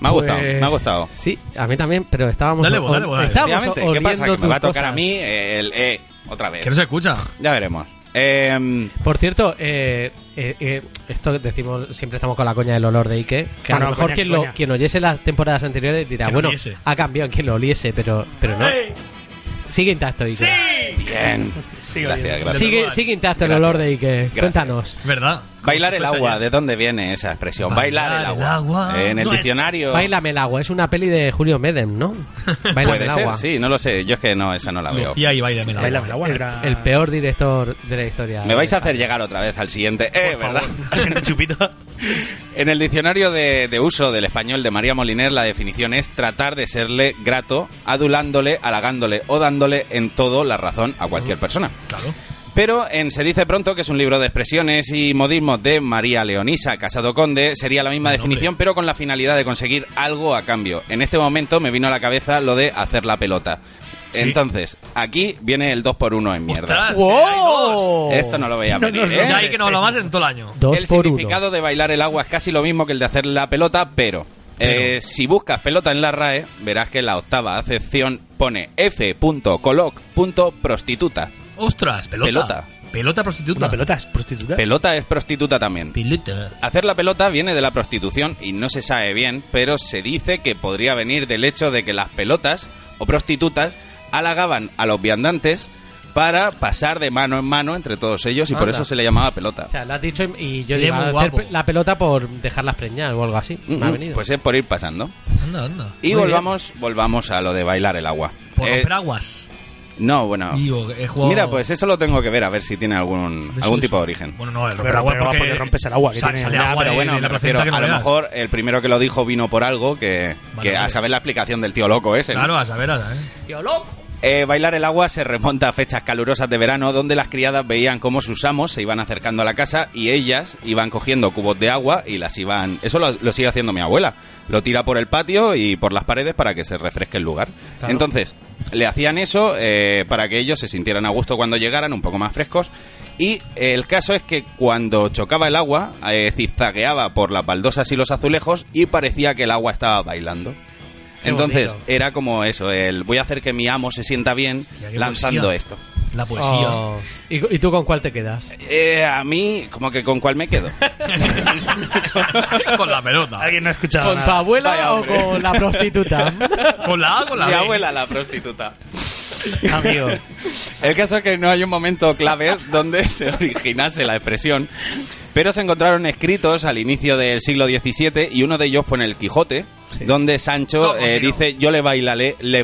Speaker 5: Me ha gustado,
Speaker 2: Pues-
Speaker 5: me ha gustado.
Speaker 2: Sí, a mí también, pero estábamos.
Speaker 4: Dale vos, dale vos, dale.
Speaker 2: estábamos
Speaker 5: Efectivamente, ¿qué pasa?
Speaker 2: oliendo
Speaker 5: Que me va a
Speaker 2: tus
Speaker 5: tocar a
Speaker 2: cosas.
Speaker 5: mí el E otra vez.
Speaker 4: Que no se escucha.
Speaker 5: Ya veremos. Eh,
Speaker 2: Por cierto, eh, eh, eh, esto decimos, siempre estamos con la coña del olor de Ike, que a
Speaker 3: Bueno,
Speaker 2: lo mejor
Speaker 3: coña,
Speaker 2: quien, lo,
Speaker 3: coña.
Speaker 2: quien oyese las temporadas anteriores dirá,
Speaker 4: Que lo
Speaker 2: bueno,
Speaker 4: oliese.
Speaker 2: ha cambiado quien lo oliese, pero, pero no. Sigue intacto Ike.
Speaker 5: bien. gracias, gracias.
Speaker 2: Sigue, sigue intacto el olor de Ike. Cuéntanos.
Speaker 4: ¿Verdad?
Speaker 5: Bailar el
Speaker 4: Pues
Speaker 5: agua,
Speaker 4: allá.
Speaker 5: ¿de dónde viene esa expresión? Bailar,
Speaker 4: Bailar
Speaker 5: el agua.
Speaker 4: el agua.
Speaker 5: En el
Speaker 4: No es-
Speaker 5: diccionario.
Speaker 2: Bailame el agua. Es una peli de Julio Medem, ¿no? Bailame
Speaker 5: Puede
Speaker 2: el
Speaker 5: ser,
Speaker 2: agua.
Speaker 5: sí, no lo sé. Yo es que no, esa no la veo.
Speaker 4: Lucía y bailame el agua.
Speaker 3: Bailame el agua. era-
Speaker 2: El peor director de la historia.
Speaker 5: Me vais a hacer llegar otra vez al siguiente. Eh, ¿verdad?
Speaker 3: Haciendo chupito.
Speaker 5: En el diccionario de, de uso del español de María Moliner, la definición es tratar de serle grato, adulándole, halagándole o dándole en todo la razón a cualquier persona.
Speaker 4: Claro.
Speaker 5: Pero en Se dice pronto, que es un libro de expresiones y modismos de María Leonisa Casado Conde, sería la misma
Speaker 4: Buen
Speaker 5: definición, pero con la finalidad de conseguir algo a cambio. En este momento me vino a la cabeza lo de hacer la pelota.
Speaker 4: Sí.
Speaker 5: Entonces, aquí viene el 2x1 en mierda.
Speaker 4: ¡Ostras!
Speaker 2: ¡Wow!
Speaker 5: Esto no lo voy a venir, ¿eh?
Speaker 4: Ya hay que no habla más en todo el año.
Speaker 2: Dos
Speaker 5: el
Speaker 2: por
Speaker 5: significado de bailar el agua es casi lo mismo que el de hacer la pelota, pero, eh, si buscas pelota en la RAE, verás que la octava acepción pone f.coloc.prostituta.
Speaker 4: ¡Ostras! Pelota.
Speaker 5: Pelota.
Speaker 4: Pelota prostituta.
Speaker 3: Una pelota es
Speaker 2: ¿Eh?
Speaker 3: prostituta.
Speaker 5: Pelota es prostituta también.
Speaker 4: Pelota.
Speaker 5: Hacer la pelota viene de la prostitución y no se sabe bien, pero se dice que podría venir del hecho de que las pelotas o prostitutas halagaban a los viandantes para pasar de mano en mano entre todos ellos y por
Speaker 2: Anda.
Speaker 5: eso se le llamaba pelota.
Speaker 2: O sea, lo has dicho y- y yo
Speaker 4: Eres
Speaker 2: digo,
Speaker 4: muy
Speaker 2: hacer
Speaker 4: guapo.
Speaker 2: pe- la pelota por dejarlas preñar o algo así. Me ha
Speaker 5: Mm,
Speaker 2: venido.
Speaker 5: Pues es por ir pasando.
Speaker 4: Anda, anda.
Speaker 5: Y
Speaker 2: Muy
Speaker 5: volvamos, volvamos a lo de bailar el agua.
Speaker 4: Por
Speaker 5: Eh,
Speaker 4: romper aguas.
Speaker 5: No, bueno.
Speaker 4: Digo, he jugado-
Speaker 5: Mira, pues eso lo tengo que ver, a ver si tiene algún,
Speaker 4: Eso
Speaker 5: algún
Speaker 4: es-
Speaker 5: tipo de origen.
Speaker 4: Bueno, no, el romper
Speaker 3: Pero
Speaker 4: agua
Speaker 3: pero
Speaker 4: porque,
Speaker 3: porque rompes el agua, que
Speaker 4: sa-
Speaker 3: tiene-
Speaker 4: sale
Speaker 5: Ya,
Speaker 4: agua
Speaker 5: pero
Speaker 4: de-
Speaker 5: bueno,
Speaker 4: de la
Speaker 5: me refiero,
Speaker 4: placenta que no
Speaker 5: a lo
Speaker 4: veas.
Speaker 5: mejor el primero que lo dijo vino por algo que, que a
Speaker 4: vale.
Speaker 5: saber la explicación del tío loco ese. ¿no?
Speaker 4: Claro, a saber, a saber.
Speaker 5: Eh, bailar el agua se remonta a fechas calurosas de verano donde las criadas veían cómo sus amos se iban acercando a la casa y ellas iban cogiendo cubos de agua y las iban... Eso lo, lo sigue haciendo mi abuela. Lo tira por el patio y por las paredes para que se refresque el lugar. Entonces, le hacían eso eh, para que ellos se sintieran a gusto cuando llegaran, un poco más frescos. Y el caso es que cuando chocaba el agua, eh, zigzagueaba por las baldosas y los azulejos y parecía que el agua estaba bailando.
Speaker 2: Qué
Speaker 5: Entonces,
Speaker 2: bonito.
Speaker 5: era como eso, el voy a hacer que mi amo se sienta bien
Speaker 4: Hostia, qué
Speaker 5: lanzando
Speaker 4: poesía.
Speaker 5: esto.
Speaker 4: La poesía.
Speaker 2: Oh. ¿Y, y tú con cuál te quedas?
Speaker 5: Eh, a mí, como que con cuál me quedo.
Speaker 4: con la pelota.
Speaker 3: Alguien no ha escuchado
Speaker 2: ¿Con tu
Speaker 3: nada.
Speaker 2: abuela
Speaker 5: Vaya,
Speaker 2: o
Speaker 5: hombre.
Speaker 2: con la prostituta?
Speaker 4: Con la A, con la
Speaker 5: mi
Speaker 4: B.
Speaker 5: abuela, la prostituta.
Speaker 3: Amigo.
Speaker 5: El caso es que no hay un momento clave donde se originase la expresión, pero se encontraron escritos al inicio del siglo XVII y uno de ellos fue en el Quijote, donde Sancho
Speaker 4: No, pues
Speaker 5: eh,
Speaker 4: sí, no.
Speaker 5: dice yo le bailaré, le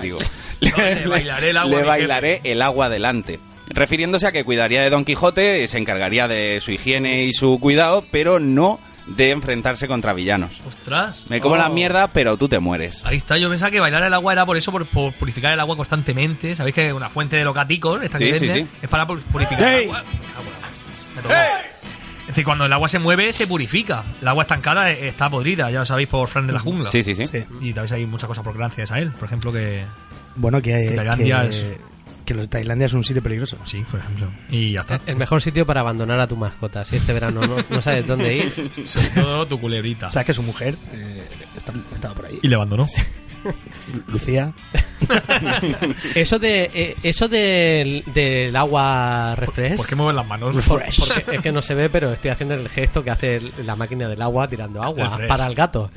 Speaker 5: digo.
Speaker 4: le bailaré el agua
Speaker 5: le
Speaker 4: a mi
Speaker 5: bailaré el agua delante. Refiriéndose a que cuidaría de Don Quijote, eh, se encargaría de su higiene y su cuidado, pero no de enfrentarse contra villanos.
Speaker 4: Ostras.
Speaker 5: Me como la
Speaker 2: Oh.
Speaker 5: mierda, pero tú te mueres.
Speaker 4: Ahí está, yo pensaba que bailar el agua era por eso, por, por purificar el agua constantemente. Sabéis que una fuente de locaticos esta que
Speaker 5: Sí, sí,
Speaker 4: venden,
Speaker 5: sí.
Speaker 4: es para pu- purificar
Speaker 3: ¡Ey!
Speaker 4: el agua. Agua. Me tocó. Es decir, cuando el agua se mueve, se purifica. El agua estancada eh, está podrida, ya lo sabéis por Fran de la Jungla.
Speaker 5: Sí, sí, sí.
Speaker 3: Sí.
Speaker 4: Y tal vez hay muchas cosas por gracias a él. Por ejemplo, que.
Speaker 3: Bueno, que,
Speaker 4: Que Tailandia
Speaker 3: que-
Speaker 4: es-
Speaker 3: que los Tailandia es un sitio peligroso.
Speaker 4: Sí, por ejemplo. Y ya está.
Speaker 2: El mejor sitio para abandonar a tu mascota. Si este verano no, no sabes dónde ir.
Speaker 4: eh, Sobre todo tu culebrita.
Speaker 3: Sabes que su mujer eh, está- estaba por ahí.
Speaker 4: Y le abandonó.
Speaker 3: Lucía.
Speaker 2: Eso de eh, eso del, del agua refresh.
Speaker 4: ¿Por qué Pues mueven las manos?
Speaker 2: Por- porque es que no se ve, pero estoy haciendo el gesto que hace el- la máquina del agua tirando
Speaker 4: El
Speaker 2: agua
Speaker 4: refresh.
Speaker 2: para el gato.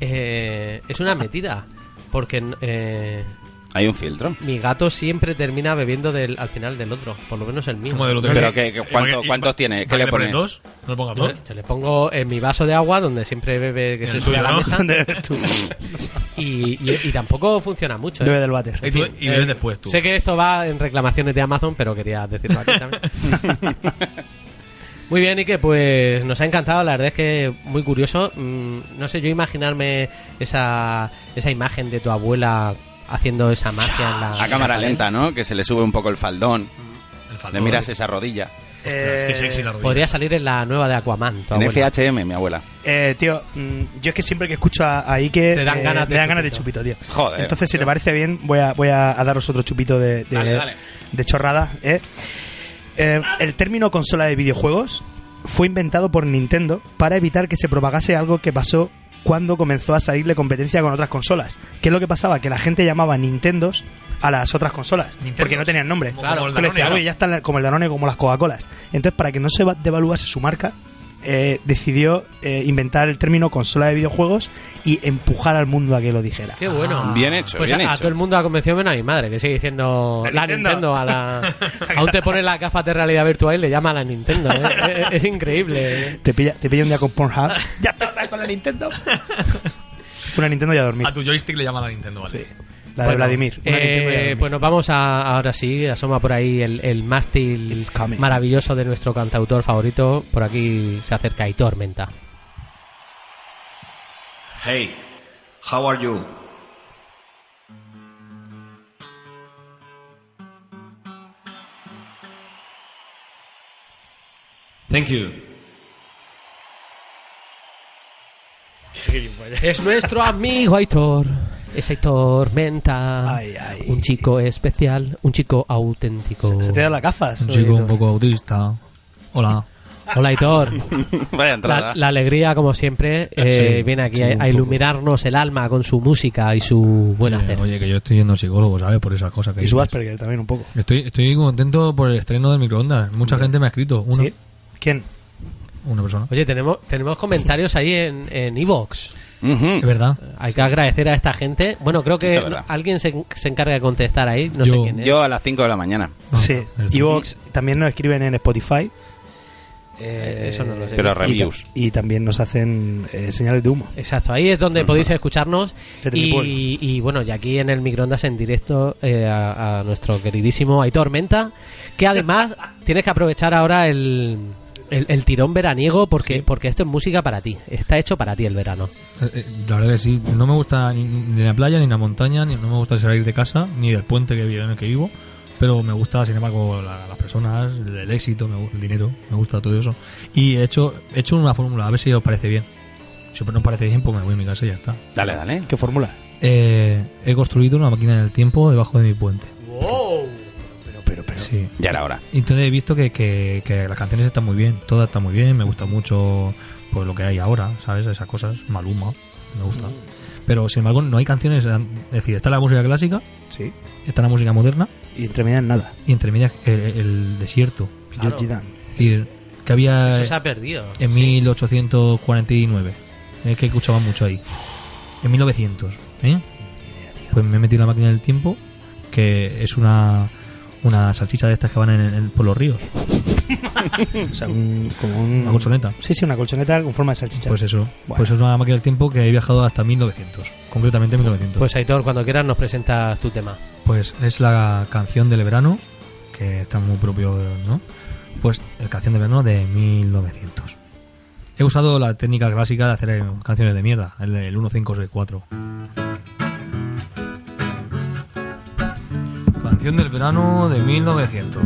Speaker 2: Eh, es una metida. Porque eh,
Speaker 5: Hay un filtro.
Speaker 2: mi gato siempre termina bebiendo del, al final del otro. Por lo menos el mío.
Speaker 4: Como del otro
Speaker 5: Pero
Speaker 4: día.
Speaker 5: que- que cuánto-
Speaker 4: Y- y-
Speaker 5: ¿cuántos tiene? ¿Qué le
Speaker 4: pones
Speaker 5: pone?
Speaker 4: dos? ¿No le pongas
Speaker 2: Yo,
Speaker 4: dos?
Speaker 2: le- yo le pongo en mi vaso de agua donde siempre bebe Eh, que
Speaker 4: En
Speaker 2: se
Speaker 4: el
Speaker 2: sube a
Speaker 4: suyo,
Speaker 2: la
Speaker 4: ¿no?
Speaker 2: mesa.
Speaker 3: ¿Dónde eres tú?
Speaker 2: Y, y- y tampoco funciona mucho. ¿eh?
Speaker 3: Bebe del váter.
Speaker 4: Y, tú- y
Speaker 2: Eh,
Speaker 4: bebes después tú.
Speaker 2: Sé que esto va en reclamaciones de Amazon, pero quería decirlo aquí también. Muy bien, Ike, pues nos ha encantado, la verdad es que muy curioso. Mm, no sé, yo imaginarme esa, esa imagen de tu abuela haciendo esa magia en la...
Speaker 5: A cámara lenta, ¿no? Que se le sube un poco el faldón.
Speaker 4: El faldón.
Speaker 5: Le miras esa rodilla.
Speaker 4: Ostras, qué sexy la rodilla.
Speaker 2: Podría salir en la nueva de Aquaman. tu
Speaker 5: En
Speaker 2: abuela.
Speaker 5: FHM, mi abuela.
Speaker 3: Eh, tío, mm, yo es que siempre que escucho a, a Ike
Speaker 2: Te dan
Speaker 3: eh,
Speaker 2: ganas de
Speaker 3: me dan ganas de
Speaker 2: chupito.
Speaker 3: chupito, tío.
Speaker 5: Joder.
Speaker 3: Entonces, si te parece bien, voy a, voy a, a daros otro chupito de, de,
Speaker 5: Dale, dale.
Speaker 3: de chorrada. ¿eh? Eh, el término consola de videojuegos fue inventado por Nintendo para evitar que se propagase algo que pasó cuando comenzó a salirle competencia con otras consolas. ¿Qué es lo que pasaba? Que la gente llamaba Nintendos a las otras consolas
Speaker 4: Nintendos.
Speaker 3: porque no tenían nombre.
Speaker 4: Como- como el
Speaker 3: Tú le decías,
Speaker 4: Danone,
Speaker 3: "Oye,
Speaker 4: ¿no?".
Speaker 3: ya están la- como el Danone, como las Coca-Colas. Entonces, para que no se va- devaluase su marca, eh, decidió eh, inventar el término consola de videojuegos y empujar al mundo a que lo dijera.
Speaker 2: Qué bueno.
Speaker 5: Ah, Bien hecho,
Speaker 2: Pues
Speaker 5: bien
Speaker 2: a, a
Speaker 5: hecho.
Speaker 2: todo el mundo ha convencido menos a mi madre, que sigue diciendo la,
Speaker 3: La
Speaker 2: Nintendo.
Speaker 3: Nintendo.
Speaker 2: a la... Aún te pone las gafas de realidad virtual y le llama a la Nintendo. ¿eh? es, es increíble.
Speaker 3: Te pilla, te pilla un día con Pornhub. ¡Ya está otra vez con la Nintendo! Una Nintendo ya dormida.
Speaker 4: A tu joystick le llaman a Nintendo, ¿vale?
Speaker 3: Sí. La de
Speaker 2: Bueno,
Speaker 3: Vladimir. Una
Speaker 2: eh,
Speaker 3: Nintendo ya dormida.
Speaker 2: pues nos vamos a, ahora sí, asoma por ahí el, el mástil
Speaker 3: It's coming.
Speaker 2: maravilloso de nuestro cantautor favorito. Por aquí se acerca y tormenta.
Speaker 1: Hey, how are you?
Speaker 7: Thank you.
Speaker 2: Es nuestro amigo Aitor. Es Aitor Menta.
Speaker 3: Ay, ay.
Speaker 2: Un chico especial, un chico auténtico.
Speaker 3: ¿Se te dan las gafas? Oye,
Speaker 4: poco autista. Hola.
Speaker 2: Hola Aitor.
Speaker 5: Vaya
Speaker 2: La,
Speaker 5: entrada.
Speaker 2: la alegría, como siempre, eh, viene aquí a, a iluminarnos el alma con su música y su buen hacer.
Speaker 7: Eh, Oye, que yo estoy yendo al psicólogo, ¿sabes? Por esas cosas que
Speaker 3: Y
Speaker 7: dices.
Speaker 3: su Asperger también un poco.
Speaker 7: Estoy, estoy contento por el estreno del microondas. Mucha gente me ha escrito. Una,
Speaker 3: ¿Sí? ¿Quién?
Speaker 7: una persona.
Speaker 2: Oye, tenemos, tenemos comentarios ahí en en Evox.
Speaker 7: Es
Speaker 5: Ujú.
Speaker 7: verdad.
Speaker 2: Hay que agradecer a esta gente. Bueno, creo que
Speaker 5: Eso es verdad.
Speaker 2: alguien se, se encarga de contestar ahí. No
Speaker 7: Yo-
Speaker 2: sé quién es.
Speaker 5: Yo a las 5 de la mañana.
Speaker 7: Ah,
Speaker 3: sí.
Speaker 7: eres tú.
Speaker 3: Evox también nos escriben en Spotify.
Speaker 2: Eh, eso no lo sé.
Speaker 5: Pero
Speaker 2: Y ta-
Speaker 5: reviews.
Speaker 3: Y también nos hacen eh, señales de humo.
Speaker 2: Exacto, ahí es donde podéis escucharnos.
Speaker 3: Te
Speaker 2: Y,
Speaker 3: tripulo.
Speaker 2: y bueno, y aquí en el microondas en directo eh, a, a nuestro queridísimo Aitor Menta, que además tienes que aprovechar ahora el, el, el tirón veraniego porque, porque esto es música para ti, está hecho para ti el verano.
Speaker 7: Eh, eh, La verdad que sí, no me gusta ni, ni la playa, ni la montaña, ni no me gusta salir de casa, ni del puente que vivo, en el que vivo, pero me gusta, sin embargo, la- las personas, el, el éxito, me gu- el dinero, me gusta todo eso. Y he hecho, he hecho una fórmula, a ver si os parece bien. Si no os parece bien, pues me voy a mi casa y ya está.
Speaker 5: Dale, dale.
Speaker 3: ¿Qué fórmula?
Speaker 7: Eh, he construido una máquina del tiempo debajo de mi puente.
Speaker 3: Pero, pero, pero.
Speaker 7: Sí.
Speaker 5: Ya era hora.
Speaker 7: Y Entonces he visto que, que- que las canciones están muy bien, todas están muy bien, me gusta mucho pues, lo que hay ahora, ¿sabes? Esas cosas, Maluma, me gusta. Pero sin embargo no hay canciones, es decir, está la música clásica,
Speaker 3: Sí.
Speaker 7: está la música moderna
Speaker 3: Y entre medias nada.
Speaker 7: y entre medias el, el desierto.
Speaker 3: Georgie Dan.
Speaker 7: Es decir, que había
Speaker 2: Eso se ha perdido.
Speaker 7: Eh, en
Speaker 2: Sí.
Speaker 7: 1849, es eh, que escuchaba mucho ahí, en 1900, ¿eh? Pues me he metido en la máquina del tiempo, que es una, una salchicha de estas que van en- en- por los ríos,
Speaker 3: O sea, un- como un-
Speaker 7: una colchoneta.
Speaker 3: Sí, sí, una colchoneta con forma de salchicha.
Speaker 7: Pues eso,
Speaker 3: Bueno.
Speaker 7: pues es una máquina del tiempo que he viajado hasta 1900, concretamente 1900. Pues,
Speaker 2: Pues Aitor, cuando quieras nos presentas tu tema.
Speaker 7: es la canción del verano, que está muy propio, ¿no? Pues la canción del verano de 1900. He usado la técnica clásica de hacer eh, canciones de mierda, el, el 1564. Canción del verano de 1900.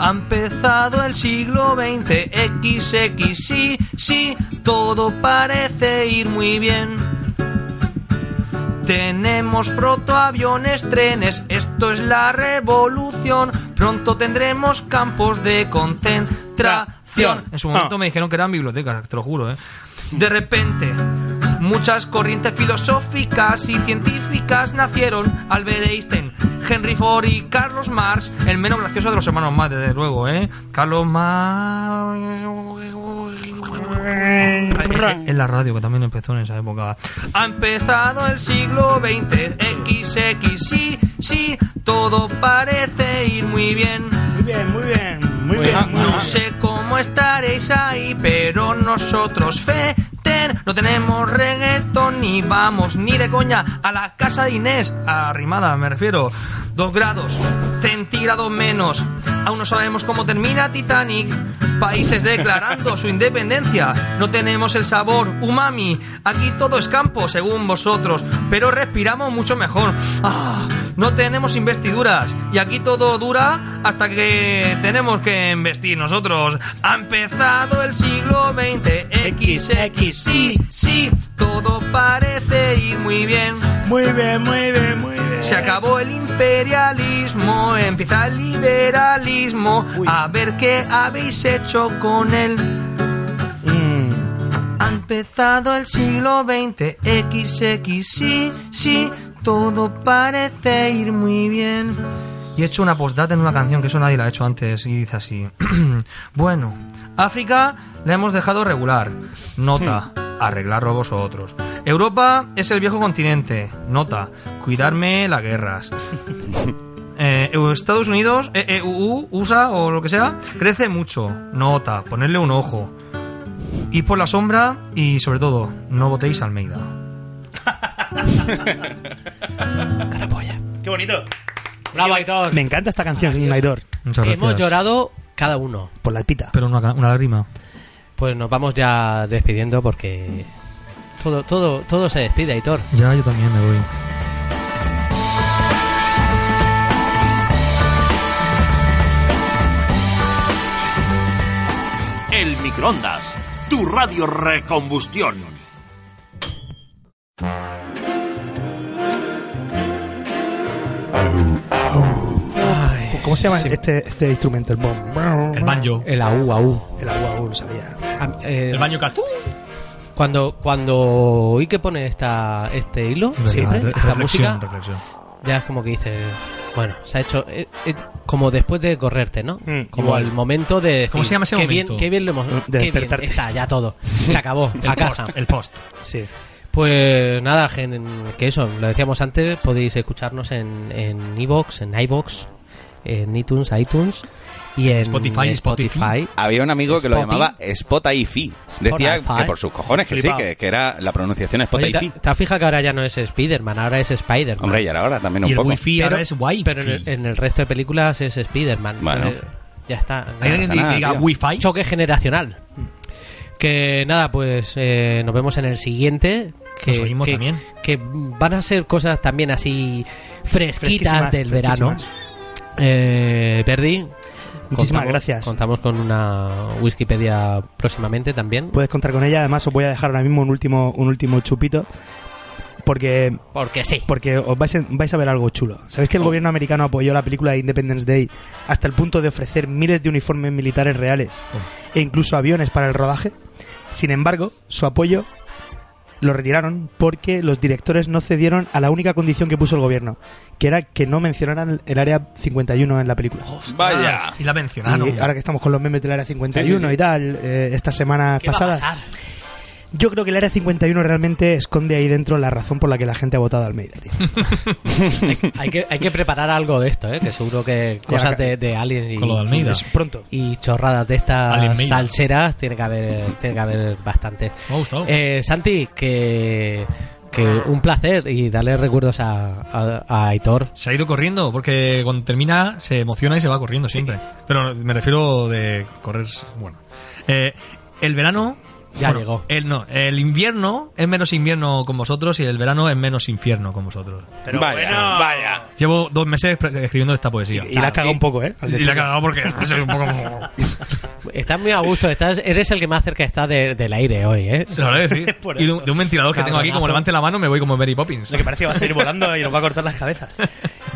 Speaker 4: Ha empezado el siglo XX, XX, sí, sí, todo parece ir muy bien. Tenemos protoaviones, trenes, esto es la revolución. Pronto tendremos campos de concentración. En su momento
Speaker 3: Ah.
Speaker 4: me dijeron que eran bibliotecas, te lo juro, ¿eh? De repente, muchas corrientes filosóficas y científicas nacieron. Albert Einstein, Henry Ford y Carlos Marx, el menos gracioso de los hermanos Marx, desde luego, ¿eh? Carlos Marx... En la radio, que también empezó en esa época. Ha empezado el siglo XX, XX, sí, sí, todo parece ir muy bien.
Speaker 3: Muy bien, muy bien. Muy bien. muy
Speaker 4: Ah, No
Speaker 3: bien.
Speaker 4: sé cómo estaréis ahí, pero nosotros feten. No tenemos reggaeton ni vamos ni de coña a la casa de Inés. Arrimada, me refiero. Dos grados, centígrados menos. Aún no sabemos cómo termina Titanic. Países declarando su independencia. No tenemos el sabor umami. Aquí todo es campo, según vosotros. Pero respiramos mucho mejor. Ah, no tenemos investiduras y aquí todo dura hasta que tenemos que investir nosotros. Ha empezado el siglo XX, XX, sí, sí, todo parece ir muy bien.
Speaker 3: Muy bien, muy bien, muy bien.
Speaker 4: Se acabó el imperialismo, empieza el liberalismo, a ver qué habéis hecho con él.
Speaker 3: Mm.
Speaker 4: Ha empezado el siglo XX, XX, sí, sí, todo parece ir muy bien. Y he hecho una postdata en una canción que eso nadie la ha hecho antes y dice así. bueno, África la hemos dejado regular. Nota, arreglarlo vosotros. Europa es el viejo continente. Nota, cuidarme las guerras. Eh, Estados Unidos, eh, eh, EU, USA o lo que sea, crece mucho. Nota, ponerle un ojo. Id por la sombra y, sobre todo, no votéis a Almeida.
Speaker 3: Qué bonito.
Speaker 2: Bravo Aitor.
Speaker 3: Me encanta esta canción, Naidor.
Speaker 7: Muchas
Speaker 2: Hemos
Speaker 7: gracias.
Speaker 2: llorado cada uno.
Speaker 3: Por la alpita.
Speaker 7: Pero una, ca- una lágrima.
Speaker 2: Pues nos vamos ya despidiendo porque todo todo todo se despide Aitor.
Speaker 7: Ya, yo también me voy.
Speaker 1: El microondas, tu radio recombustión.
Speaker 3: ¿Cómo se llama este, este instrumento? El bomb.
Speaker 7: El banjo.
Speaker 2: El AU AU.
Speaker 3: El agua, uh, lo sabía.
Speaker 2: Ah, eh,
Speaker 7: El baño cartón.
Speaker 2: Cuando, cuando oí que pone esta, este hilo, siempre, esta música,
Speaker 7: reflexión.
Speaker 2: ya es como que dices, bueno, se ha hecho eh, eh, como después de correrte, ¿no?
Speaker 3: Mm,
Speaker 2: como
Speaker 3: igual.
Speaker 2: el momento de... decir,
Speaker 7: ¿Cómo se llama ese
Speaker 2: qué
Speaker 7: momento?
Speaker 2: Bien, qué bien lo hemos... qué
Speaker 3: De
Speaker 2: bien,
Speaker 3: despertarte.
Speaker 2: está, ya todo. Se acabó, a casa.
Speaker 7: El post.
Speaker 3: Sí.
Speaker 2: Pues nada, gen- que eso, lo decíamos antes, podéis escucharnos en en iVoox, en iVoox, en iTunes, iTunes y en
Speaker 4: Spotify,
Speaker 2: Spotify.
Speaker 5: Había un amigo que lo
Speaker 2: Spotty.
Speaker 5: llamaba Spotify. Decía
Speaker 2: Spotify.
Speaker 5: que por sus cojones que sí,
Speaker 3: Flipao.
Speaker 5: que, que era la pronunciación
Speaker 2: Oye,
Speaker 5: Spotify.
Speaker 2: ¿te, te has fijado que ahora ya no es Spider-Man, ahora es Spider-Man?
Speaker 5: Hombre, y ahora
Speaker 4: Y
Speaker 5: también un
Speaker 4: el
Speaker 5: poco.
Speaker 4: wifi ahora
Speaker 2: Pero-
Speaker 4: es wifi.
Speaker 2: Pero en el, en el resto de películas es Spider-Man.
Speaker 5: Bueno.
Speaker 2: Entonces, Ya está.
Speaker 4: Hay alguien
Speaker 5: pasa
Speaker 4: que
Speaker 5: nada,
Speaker 4: diga
Speaker 5: tío.
Speaker 4: wifi.
Speaker 2: Choque generacional. Que nada, pues eh, nos vemos en el siguiente. Que,
Speaker 7: Nos oímos
Speaker 2: que-
Speaker 7: también.
Speaker 2: que van a ser cosas también así fresquitas
Speaker 3: Fresquísimas,
Speaker 2: del verano.
Speaker 3: fresquísimas.
Speaker 2: Eh, Verdi.
Speaker 3: Muchísimas
Speaker 2: contamos-
Speaker 3: gracias.
Speaker 2: Contamos con una Wikipedia próximamente también.
Speaker 3: Puedes contar con ella, además os voy a dejar ahora mismo un último, un último chupito. Porque
Speaker 2: Porque sí.
Speaker 3: porque os vais, a- vais a ver algo chulo. ¿Sabéis que
Speaker 2: Oh.
Speaker 3: el gobierno americano apoyó la película de Independence Day hasta el punto de ofrecer miles de uniformes militares reales
Speaker 2: Oh.
Speaker 3: e incluso aviones para el rodaje? Sin embargo, su apoyo lo retiraron porque los directores no cedieron a la única condición que puso el gobierno, que era que no mencionaran el área 51 en la película.
Speaker 2: Oh,
Speaker 7: Ah,
Speaker 5: Vaya.
Speaker 4: Y la mencionaron.
Speaker 3: Y ahora que estamos con los memes del área 51
Speaker 5: Sí, sí, sí.
Speaker 3: y tal, eh, estas semanas
Speaker 2: ¿Qué va a
Speaker 3: pasadas,
Speaker 2: pasar?
Speaker 3: yo creo que el área 51 realmente esconde ahí dentro la razón por la que la gente ha votado al Almeida. tío.
Speaker 2: Hay que, hay que preparar algo de esto, ¿eh? que seguro que cosas de, de aliens y,
Speaker 7: Con lo de Almeida.
Speaker 3: Es pronto.
Speaker 2: y chorradas de estas
Speaker 7: Alien Mail.
Speaker 2: salseras tiene que haber, tiene que haber bastante.
Speaker 7: Me ha gustado.
Speaker 2: Eh, Santi, que, que un placer y darle recuerdos a, a, a Aitor.
Speaker 7: Se ha ido corriendo, porque cuando termina se emociona y se va corriendo siempre. Pero me refiero de correr. Bueno. Eh, el verano.
Speaker 2: Ya
Speaker 7: bueno,
Speaker 2: llegó.
Speaker 7: El, no, el invierno es menos invierno con vosotros y el verano es menos infierno con vosotros.
Speaker 5: vaya, vaya.
Speaker 7: Llevo dos meses pre- escribiendo esta poesía.
Speaker 3: Y la ha cagado un poco, ¿eh? Al
Speaker 7: Y la he cagado porque soy un poco. La
Speaker 2: Estás muy a gusto, estás, eres el que más cerca está de- del aire hoy, ¿eh?
Speaker 7: verdad que sí.
Speaker 3: Por
Speaker 7: Y de un,
Speaker 3: eso.
Speaker 7: de un ventilador que tengo aquí, como
Speaker 2: Cabronazo.
Speaker 7: levante la mano, me voy como Mary Poppins.
Speaker 3: Lo que parece que va a seguir volando y nos va a cortar las cabezas.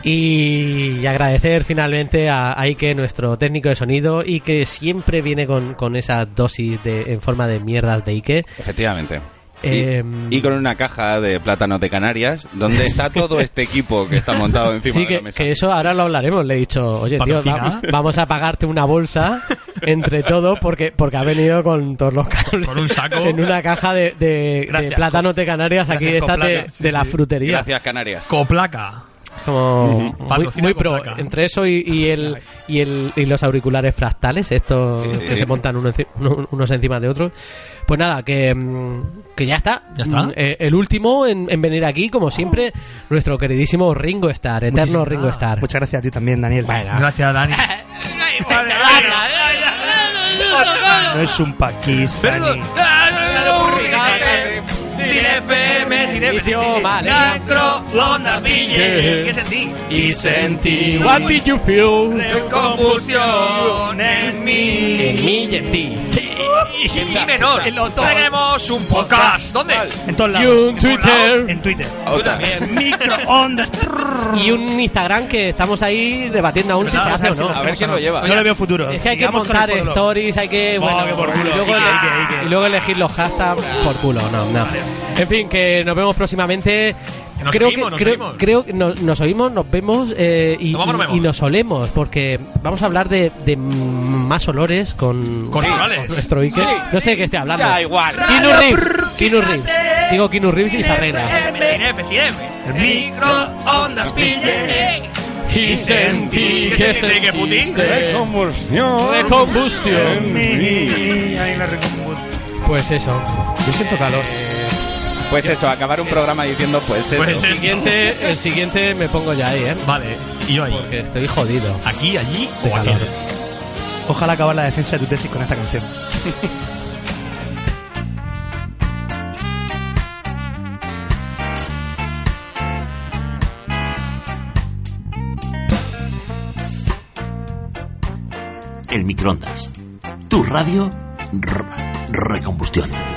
Speaker 2: Y, y agradecer finalmente a Aike, nuestro técnico de sonido, y que siempre viene con, con esa dosis de, en forma de mierdas de Ike.
Speaker 5: Efectivamente. Y,
Speaker 2: Em,
Speaker 5: y con una caja de plátanos de Canarias donde está todo este equipo que está montado encima
Speaker 2: Sí,
Speaker 5: de la
Speaker 2: que,
Speaker 5: mesa.
Speaker 2: que eso ahora lo hablaremos. Le he dicho, oye, tío,
Speaker 7: ¿Patrocina?
Speaker 2: va- vamos a pagarte una bolsa entre todos porque, porque ha venido con todos los cables.
Speaker 7: Con un saco.
Speaker 2: En una caja de, de,
Speaker 3: Gracias,
Speaker 2: de plátanos de Canarias, aquí
Speaker 3: gracias,
Speaker 2: está de,
Speaker 3: Coplaca.
Speaker 2: de la frutería.
Speaker 5: Gracias, Canarias.
Speaker 7: Coplaca.
Speaker 2: Como muy,
Speaker 7: Patrocina
Speaker 2: muy pro.
Speaker 7: Coplaca.
Speaker 2: Entre eso y, y el, y, el, y los auriculares fractales, estos
Speaker 5: Sí, sí,
Speaker 2: que
Speaker 5: sí.
Speaker 2: se montan uno enci- uno- unos encima de otros. Pues nada, que, mm, que ya está.
Speaker 7: Ya está.
Speaker 2: Mm, eh, el último en, en venir aquí, como siempre, nuestro queridísimo Ringo Starr, eterno
Speaker 3: Muchísimas-
Speaker 2: Ringo Starr.
Speaker 3: Muchas gracias a ti también, Daniel.
Speaker 2: Bueno.
Speaker 7: Gracias, Dani.
Speaker 3: No es un pakistaní.
Speaker 4: Sin FM, sin FM.
Speaker 2: Inicio mal, ¿eh?
Speaker 4: Microondas, pille. ¿Qué sentí?
Speaker 3: Y sentí
Speaker 2: What did you feel?
Speaker 4: Combustión en mí.
Speaker 2: En mí y en ti.
Speaker 4: Y menor.
Speaker 2: El otro.
Speaker 4: Tenemos un podcast. ¿Dónde?
Speaker 3: En todos
Speaker 2: Y
Speaker 3: lados.
Speaker 2: un Twitter.
Speaker 3: En Twitter.
Speaker 5: Otra.
Speaker 3: Microondas. Prrr.
Speaker 2: Y un Instagram que estamos ahí debatiendo aún si se
Speaker 3: Vamos
Speaker 2: hace o
Speaker 3: a ver si
Speaker 2: no.
Speaker 3: lo
Speaker 5: A ver quién lo lleva.
Speaker 3: No le veo futuro.
Speaker 2: Es que hay que
Speaker 3: Sigamos con el
Speaker 2: montar
Speaker 3: follow.
Speaker 2: stories, hay que.
Speaker 3: Oh,
Speaker 2: Bueno,
Speaker 3: que por
Speaker 2: y,
Speaker 3: culo,
Speaker 2: luego,
Speaker 3: Ike, Ike, Ike.
Speaker 2: y luego elegir los hashtags por culo, no, no. En fin, que nos vemos próximamente.
Speaker 7: Que nos
Speaker 2: creo
Speaker 7: oímos,
Speaker 2: que
Speaker 7: nos
Speaker 2: creo,
Speaker 7: oímos.
Speaker 2: creo que nos, nos oímos, nos vemos eh, y,
Speaker 7: Nos vamos, nos
Speaker 2: y-
Speaker 7: vemos.
Speaker 2: y nos olemos, porque vamos a hablar de, de más olores con,
Speaker 7: Con olores.
Speaker 2: nuestro Iker. No sé de qué esté hablando.
Speaker 5: Da igual.
Speaker 2: Kinu Reeves, Keanu Reeves. Digo Kinu Reeves y se arregla.
Speaker 4: Sin F, sin F.
Speaker 3: El
Speaker 4: Microondas, pille.
Speaker 2: Y sentí
Speaker 4: que sentí que Putin-
Speaker 2: de combustión.
Speaker 3: Mi- Ahí la recompuso.
Speaker 2: Pues eso. Yo siento calor.
Speaker 5: Pues eso, acabar un programa diciendo pues eso.
Speaker 7: Pues
Speaker 2: El siguiente, el siguiente me pongo ya ahí, ¿eh?
Speaker 7: Vale, y yo ahí.
Speaker 2: Porque estoy jodido.
Speaker 7: Aquí, allí
Speaker 2: De
Speaker 7: o aquí.
Speaker 2: calor.
Speaker 3: Ojalá acabar la defensa de tu tesis con esta canción.
Speaker 1: El microondas. Tu radio r- recombustión.